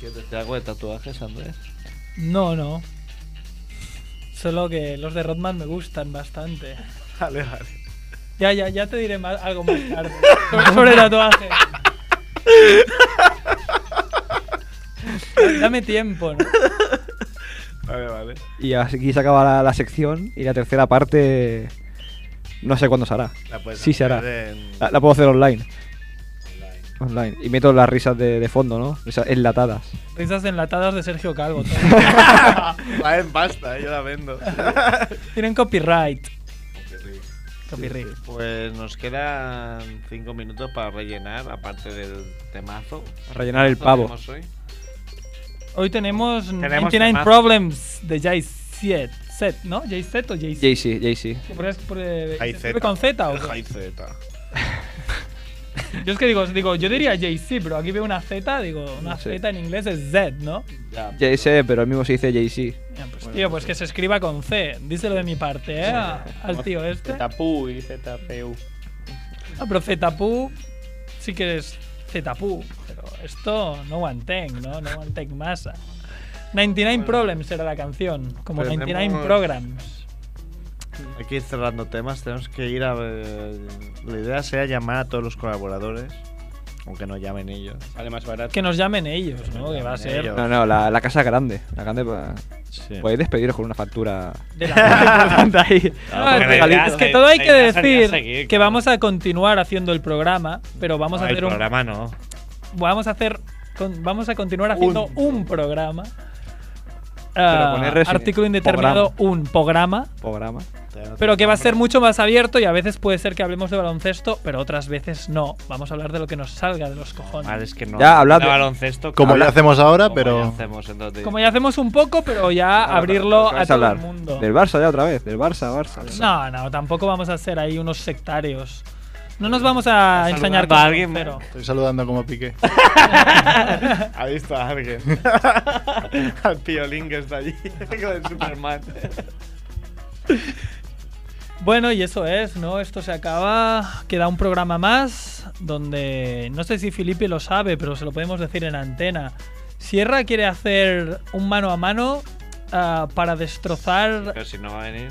S13: ¿Qué te, te hago de tatuajes, Andrés?
S3: No, no. Solo que los de Rodman me gustan bastante.
S2: Vale, vale.
S3: Ya, ya, ya te diré más- algo más tarde. sobre- Sobre tatuaje. Dame tiempo, ¿no?
S2: Vale, vale.
S7: Y aquí se acaba la, la sección y la tercera parte no sé cuándo se hará.
S2: La puedes
S7: sí se hará.
S2: hacer en-
S7: La, la puedo hacer online. online. Y meto las risas de, de fondo, ¿no? Risas enlatadas.
S3: Risas enlatadas de Sergio Calvo. todo.
S2: Va en pasta, eh, yo la vendo.
S3: Tienen copyright. Copyright.
S13: Pues nos quedan cinco minutos para rellenar, aparte del temazo.
S7: Rellenar el
S13: ¿Temazo
S7: pavo.
S13: tenemos hoy?
S3: Hoy tenemos,
S13: Tenemos
S3: 99
S13: temazo.
S3: Problems de Jay Z, Set, ¿no? Jay Z o Jay Z.
S7: Jay-Z, Jay-Z.
S2: Jay Z.
S3: eh, con Z o qué?
S2: High Z.
S3: Yo es que digo, digo yo diría Jay Z, pero aquí veo una Z, digo, una
S7: Sí.
S3: Z en inglés es Z, ¿no?
S7: Jay-Z, pero el mismo se dice Jay-Z.
S3: Ya, pues, tío, pues que se escriba con C. Díselo de mi parte, ¿eh? A- Al tío este.
S12: Tapú y ZPU.
S3: Ah, pero Zetapu sí que es Zetapu, pero esto no one take, ¿no? No one take masa. 99 Problems era la canción, como
S13: Pero
S3: 99
S13: tenemos-
S3: Programs.
S2: Hay que ir cerrando temas, tenemos que ir a ver. La idea sea llamar a todos los colaboradores, aunque no llamen ellos.
S12: Sale más barato.
S3: Que nos llamen ellos, ¿no? Que va a ser
S7: No, no, la, la casa grande. La grande. pues, pa-
S2: Sí.
S13: Pues,
S7: Podéis despediros con una factura.
S3: de la
S7: importante ahí.
S3: No, es, que-
S7: Regalito.
S3: es que todo hay
S13: la
S3: que
S13: idea sería
S3: decir
S13: seguir,
S3: que vamos a continuar haciendo el programa, pero vamos a
S13: No, Ah, el
S3: hacer un
S13: programa no.
S3: vamos a hacer con- vamos a continuar haciendo un, programa. Ah,
S7: con R sin-
S3: artículo indeterminado, un programa,
S7: Programa.
S3: pero que va a ser mucho más abierto y a veces puede ser que hablemos de baloncesto, pero otras veces no. Vamos a hablar de lo que nos salga de los cojones.
S13: Vale, es que no.
S7: Ya, hablad
S13: de
S7: de-
S13: baloncesto.
S4: Como
S13: habla-
S4: ya hacemos ahora,
S13: como
S4: pero-
S13: ya hacemos, entonces.
S3: Como ya hacemos un poco, pero ya abrirlo a
S7: Vais
S3: todo
S7: hablar.
S3: el mundo.
S7: Del Barça ya otra vez. Del Barça, Barça.
S3: No, no, tampoco vamos a ser ahí unos sectarios. No nos vamos a ensañar
S13: saludando
S3: con
S13: a alguien,
S3: pero
S4: Estoy saludando como pique.
S13: Ha visto a alguien. Al piolín que está allí. Con el Superman.
S3: Bueno, y eso es, ¿no? Esto se acaba. Queda un programa más donde no sé si Felipe lo sabe, pero se lo podemos decir en antena. Sierra quiere hacer un mano a mano ah, para destrozar.
S13: Pero si no va a venir.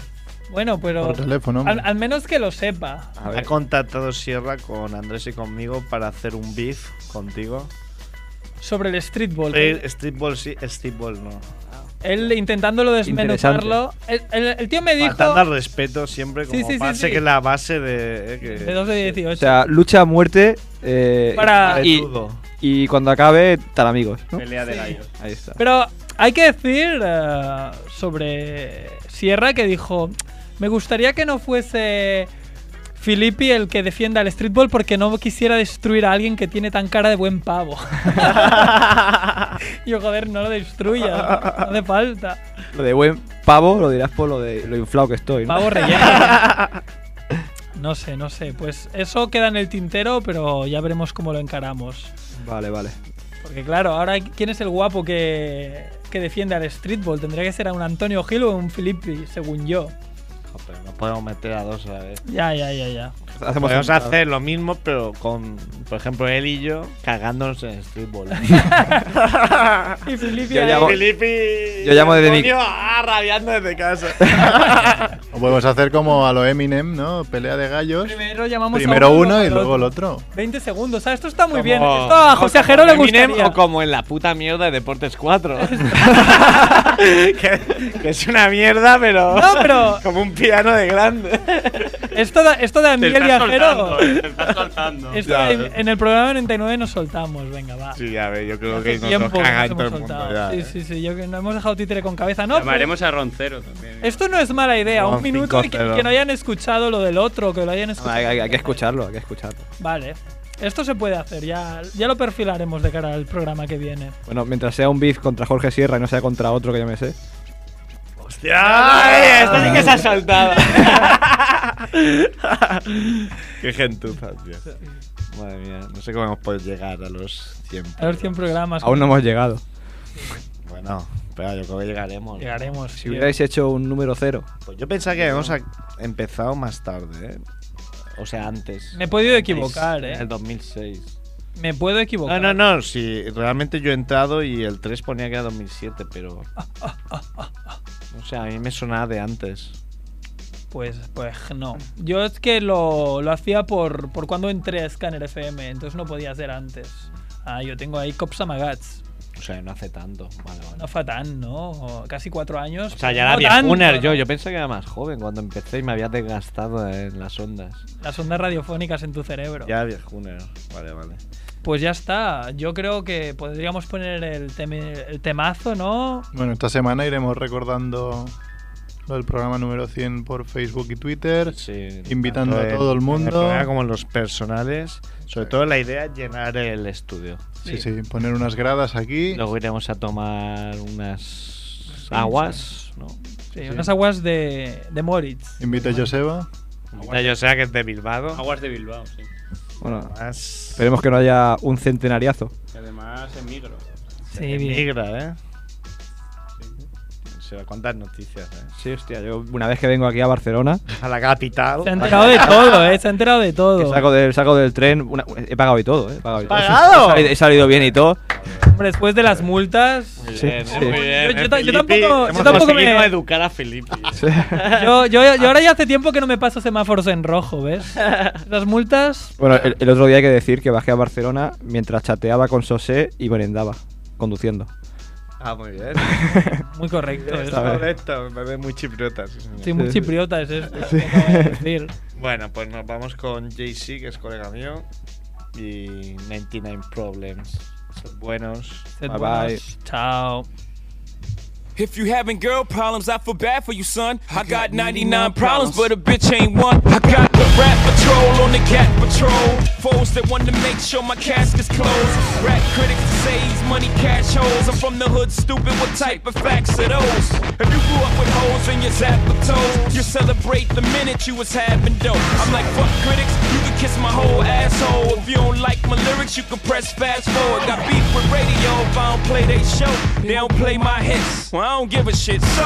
S3: Bueno, pero.
S4: Por teléfono, hombre.
S3: Al, al menos que lo sepa.
S7: A
S2: Ha
S7: ver.
S2: contactado Sierra con Andrés y conmigo para hacer un beef contigo.
S3: Sobre el streetball.
S2: Eh, Streetball sí, Streetball no.
S3: Él intentándolo desmenuzarlo. El, el- el tío me dijo.
S2: Faltando al respeto siempre,
S3: Sí,
S2: como
S3: sí, sí,
S2: base
S3: sí.
S2: que es la base de. eh, que-
S3: De 2 de 18.
S7: O sea, lucha a muerte. eh,
S3: Para-
S7: y,
S2: Todo.
S7: y cuando acabe, tal amigos. ¿no?
S12: Pelea de gallos.
S7: Ahí está.
S3: Pero hay que decir eh, sobre Sierra que dijo, me gustaría que no fuese Filippi el que defienda el streetball porque no quisiera destruir a alguien que tiene tan cara de buen pavo. Yo, joder, no lo destruya, no hace falta.
S7: Lo de buen pavo lo dirás por lo de lo inflado que estoy. ¿no?
S3: Pavo relleno. No sé, no sé. Pues eso queda en el tintero, pero ya veremos cómo lo encaramos.
S7: Vale, vale.
S3: Porque claro, ahora ¿quién es el guapo que, que defiende al streetball? Tendría que ser a un Antonio Gil o un Filippi, según yo.
S2: Joder, no podemos meter a dos a la vez.
S3: Ya, ya, ya, ya.
S2: Hacemos
S11: Podemos
S2: un-
S11: hacer lo mismo, pero con, por ejemplo, él y yo cagándonos en el streetball.
S3: y Filipe
S7: Yo
S11: ahí.
S7: llamo-
S11: Filipe
S7: yo llamo desde mi-
S11: Antonio, ah, rabiando desde casa.
S4: O podemos hacer como a lo Eminem, ¿no? Pelea de gallos.
S3: Primero llamamos a
S4: Primero
S3: uno,
S4: uno
S3: luego
S4: y
S3: al
S4: luego el
S3: otro.
S4: otro.
S3: 20 segundos, ¿sabes? Esto está muy
S11: Como-
S3: bien. Esto a José
S11: o
S3: Ajero
S11: como
S3: le
S11: Eminem
S3: gustaría.
S11: O como en la puta mierda de Deportes 4. que, que es una mierda, pero.
S3: No, pero-
S11: como un piano de grande.
S3: Esto da, esto da Miguel
S11: estás
S3: Viajero.
S11: soltando, te
S12: eh, estás soltando.
S3: Esto
S11: Ya,
S3: en,
S11: ves.
S3: en el programa 99 nos soltamos, venga, va.
S11: Sí, ya ve, yo creo
S3: Hace
S11: que nos,
S3: tiempo
S11: nos caga
S3: que nos
S11: en todo el
S3: hemos
S11: mundo.
S3: soltado.
S11: Ya,
S3: Sí,
S11: eh.
S3: sí, sí, yo que no hemos dejado títere con cabeza. No,
S12: Llamaremos a Roncero también.
S3: pero esto no es mala idea.
S7: No,
S3: Un minuto y que,
S7: 5-0.
S3: que no hayan escuchado lo del otro, que lo hayan escuchado.
S7: Hay, hay- hay que escucharlo, hay que escucharlo.
S3: Vale. Esto se puede hacer, ya, ya lo perfilaremos de cara al programa que viene.
S7: Bueno, mientras sea un beef contra Jorge Sierra y no sea contra otro que yo me sé.
S11: ¡Hostia! Esta sí que se ha saltado.
S2: Qué gentuza, tío. Madre mía, no sé cómo hemos podido llegar a los 100.
S3: A ver 100 programas.
S7: Aún no hemos llegado.
S2: Bueno, pero yo creo que llegaremos.
S3: Llegaremos.
S7: Si
S3: tío.
S7: hubierais hecho un número cero.
S2: Pues yo pensaba que habíamos ac- empezado más tarde, ¿eh? O sea, antes.
S3: Me he podido equivocar,
S2: En
S3: eh.
S2: el 2006.
S3: Me puedo equivocar.
S2: No, no, no, sí, realmente yo he entrado y el 3 ponía que era 2007, pero... O sea, a mí me sonaba de antes.
S3: Pues, pues no. Yo es que lo, lo hacía por, por cuando entré a Scanner FM, entonces no podía ser antes. Ah, yo tengo ahí Cops Amagats.
S2: O sea, no hace tanto. Vale, vale.
S3: No fue tan, ¿no? O Casi cuatro años.
S2: O sea, ya la
S3: no
S2: había
S3: tanto,
S2: una
S3: ¿no?
S2: yo. Yo pensé que era más joven cuando empecé y me había desgastado en las ondas.
S3: Las ondas radiofónicas en tu cerebro.
S2: Ya Viejuner, vale, vale.
S3: Pues ya está. Yo creo que podríamos poner el, teme- el temazo, ¿no?
S4: Bueno, esta semana iremos recordando lo del programa número 100 por Facebook y Twitter.
S2: Sí,
S4: invitando
S2: tanto
S4: a
S2: en-
S4: todo el
S2: en
S4: mundo.
S2: programa como en los personales. Sobre todo la idea es llenar el estudio.
S4: Sí, sí, poner unas gradas aquí.
S2: Luego iremos a tomar unas aguas, ¿no?
S3: Sí, unas aguas de, de Moritz.
S4: Invita a Joseba.
S11: Ya yo sé que es de Bilbao.
S12: Aguas de Bilbao, sí.
S7: Bueno,
S2: Más
S7: esperemos que no haya un centenariazo.
S12: Que además en micro.
S3: Sí, bien.
S2: negra, ¿eh? Se va a contar noticias, ¿eh?
S7: Sí, hostia, yo una vez que vengo aquí a Barcelona,
S2: A la capital.
S3: Se ha enterado de todo, ¿eh? Se ha enterado de todo.
S7: saco del, saco del tren, una- he pagado y todo, ¿eh? He pagado, y todo.
S2: pagado?
S7: He salido, he salido bien y todo.
S3: Hombre, Después de las multas.
S7: Sí, sí.
S3: Yo, yo
S11: Eh,
S3: ta- yo
S11: Felipe,
S3: tampoco, yo
S11: hemos
S3: tampoco
S11: conseguido
S3: me.
S11: educar a Felipe.
S3: Yo, yo- yo ahora ya hace tiempo que no me paso semáforos en rojo, ¿ves? Las multas.
S7: Bueno, el, el otro día hay que decir que bajé a Barcelona mientras chateaba con Sosé y merendaba, conduciendo.
S2: Ah, muy bien.
S3: Muy correcto. eso.
S7: ver.
S2: Correcto, me ve muy chipriota. sí, señor.
S3: Estoy muy chipriota, es esto. lo que acabo de decir.
S2: Bueno, pues nos vamos con JC, que es colega mío, y 99 Problems. Son buenos.
S3: Sed
S7: Bye,
S3: buenos.
S7: bye.
S3: Chao.
S10: If you having girl problems, I feel bad for you, son. I got 99 problems, but a bitch ain't one. I got the rat patrol on the cat patrol. Foes that want to make sure my cask is closed. Rat critics to save money, cash holes. I'm from the hood, stupid. What type of facts are those? If you grew up with holes in your zap of toes, you celebrate the minute you was having dope. I'm like, fuck critics, you can kiss my whole asshole. If you don't like my lyrics, you can press fast forward. Got beef with radio if I don't play they show. They don't play my hits. Well, I don't give a shit. So,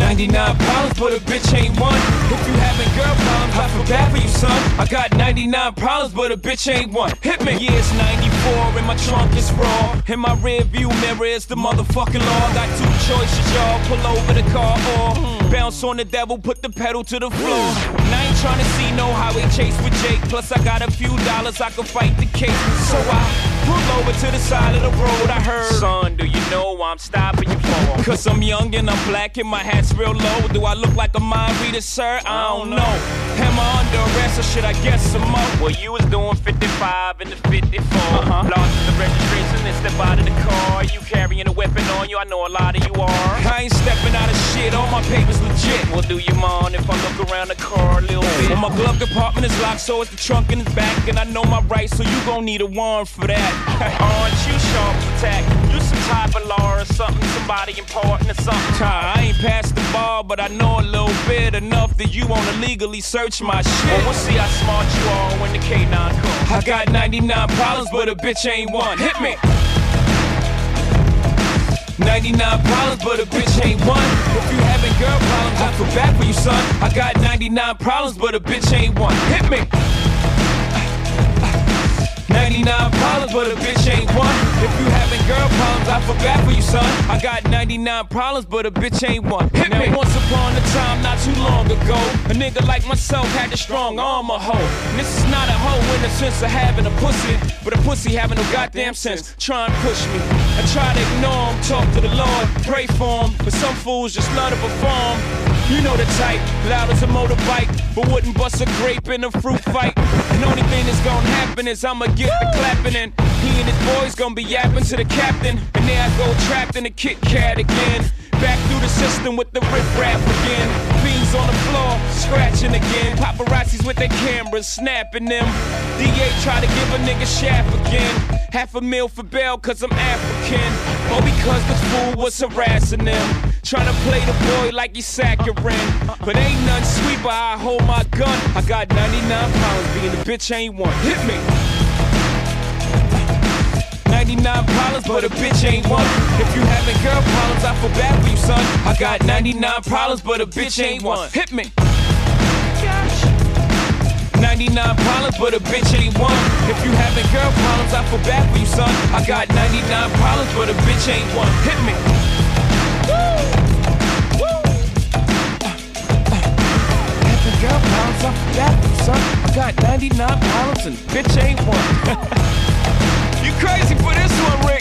S10: 99 problems, but a bitch ain't one. If you having girl problems, I feel bad for you, son. I got 99 problems, but a bitch ain't one. Hit me. Yeah, it's 94 and my trunk is raw. In my rear view mirror is the motherfucking law. Got two choices, y'all. Pull over the car or bounce on the devil, put the pedal to the floor. And I ain't trying to see no highway chase with Jake. Plus, I got a few dollars, I can fight the case. So I pull over to the side of the road. I heard, son, do you know I'm I'm stopping you for. Cause I'm young and I'm black and my hat's real low. Do I look like a mind reader, sir? I don't know. Am I under arrest or should I get some more? Well, you was doing 55 in the 54. Uh-huh. Lost the registration and step out of the car. You carrying a weapon on you, I know a lot of you are. I ain't stepping out of shit, all my papers legit. Well, do you mind if I look around the car a little bit? Well, my glove compartment is locked, so it's the trunk in the back. And I know my rights, so you gon' need a warrant for that. Aren't you sharp as tack? You some type of law or something, somebody important or something. I ain't past the bar, but I know a little bit enough that you wanna legally search my shit. Well, we'll see how smart you are when the K9 comes. I got 99 problems, but a bitch ain't one. Hit me! 99 problems, but a bitch ain't one. If you having girl problems, I feel bad for you, son. I got 99 problems, but a bitch ain't one. Hit me. 99 problems, but a bitch ain't one. If you having girl problems, I feel bad for you, son. I got 99 problems, but a bitch ain't one. Hit now, me. Once upon a time, not too long ago, a nigga like myself had a strong arm, a hoe. And this is not a hoe in the sense of having a pussy, but a pussy having no goddamn sense. Try and push me. I try to ignore him, talk to the Lord, pray for him, but some fools just love to perform. You know the type, loud as a motorbike, but wouldn't bust a grape in a fruit fight. And only thing that's gonna happen is I'ma get the clapping in. He and his boys gonna be yapping to the captain, and there I go trapped in a Kit Kat again. Back through the system with the rip rap again. Beans on the floor, scratching again. Paparazzis with their cameras, snapping them. DA try to give a nigga shaft again. Half a meal for bail, cause I'm African. Or because the fool was harassing them. Trying to play the boy like he's saccharin. But ain't none sweet, but I hold my gun. I got 99 pounds, being a bitch ain't one. Hit me. 99 problems, but a bitch ain't one. If you having girl problems, I feel bad for you, son. I got 99 problems, but a bitch ain't one. Hit me. 99 problems, but a bitch ain't one. If you having girl problems, I feel bad for you, son. I got 99 problems, but a bitch ain't one. Hit me. Woo! Woo! Having girl problems, I feel bad for you, son. I got 99 problems and bitch ain't one. you crazy for this one, Ray?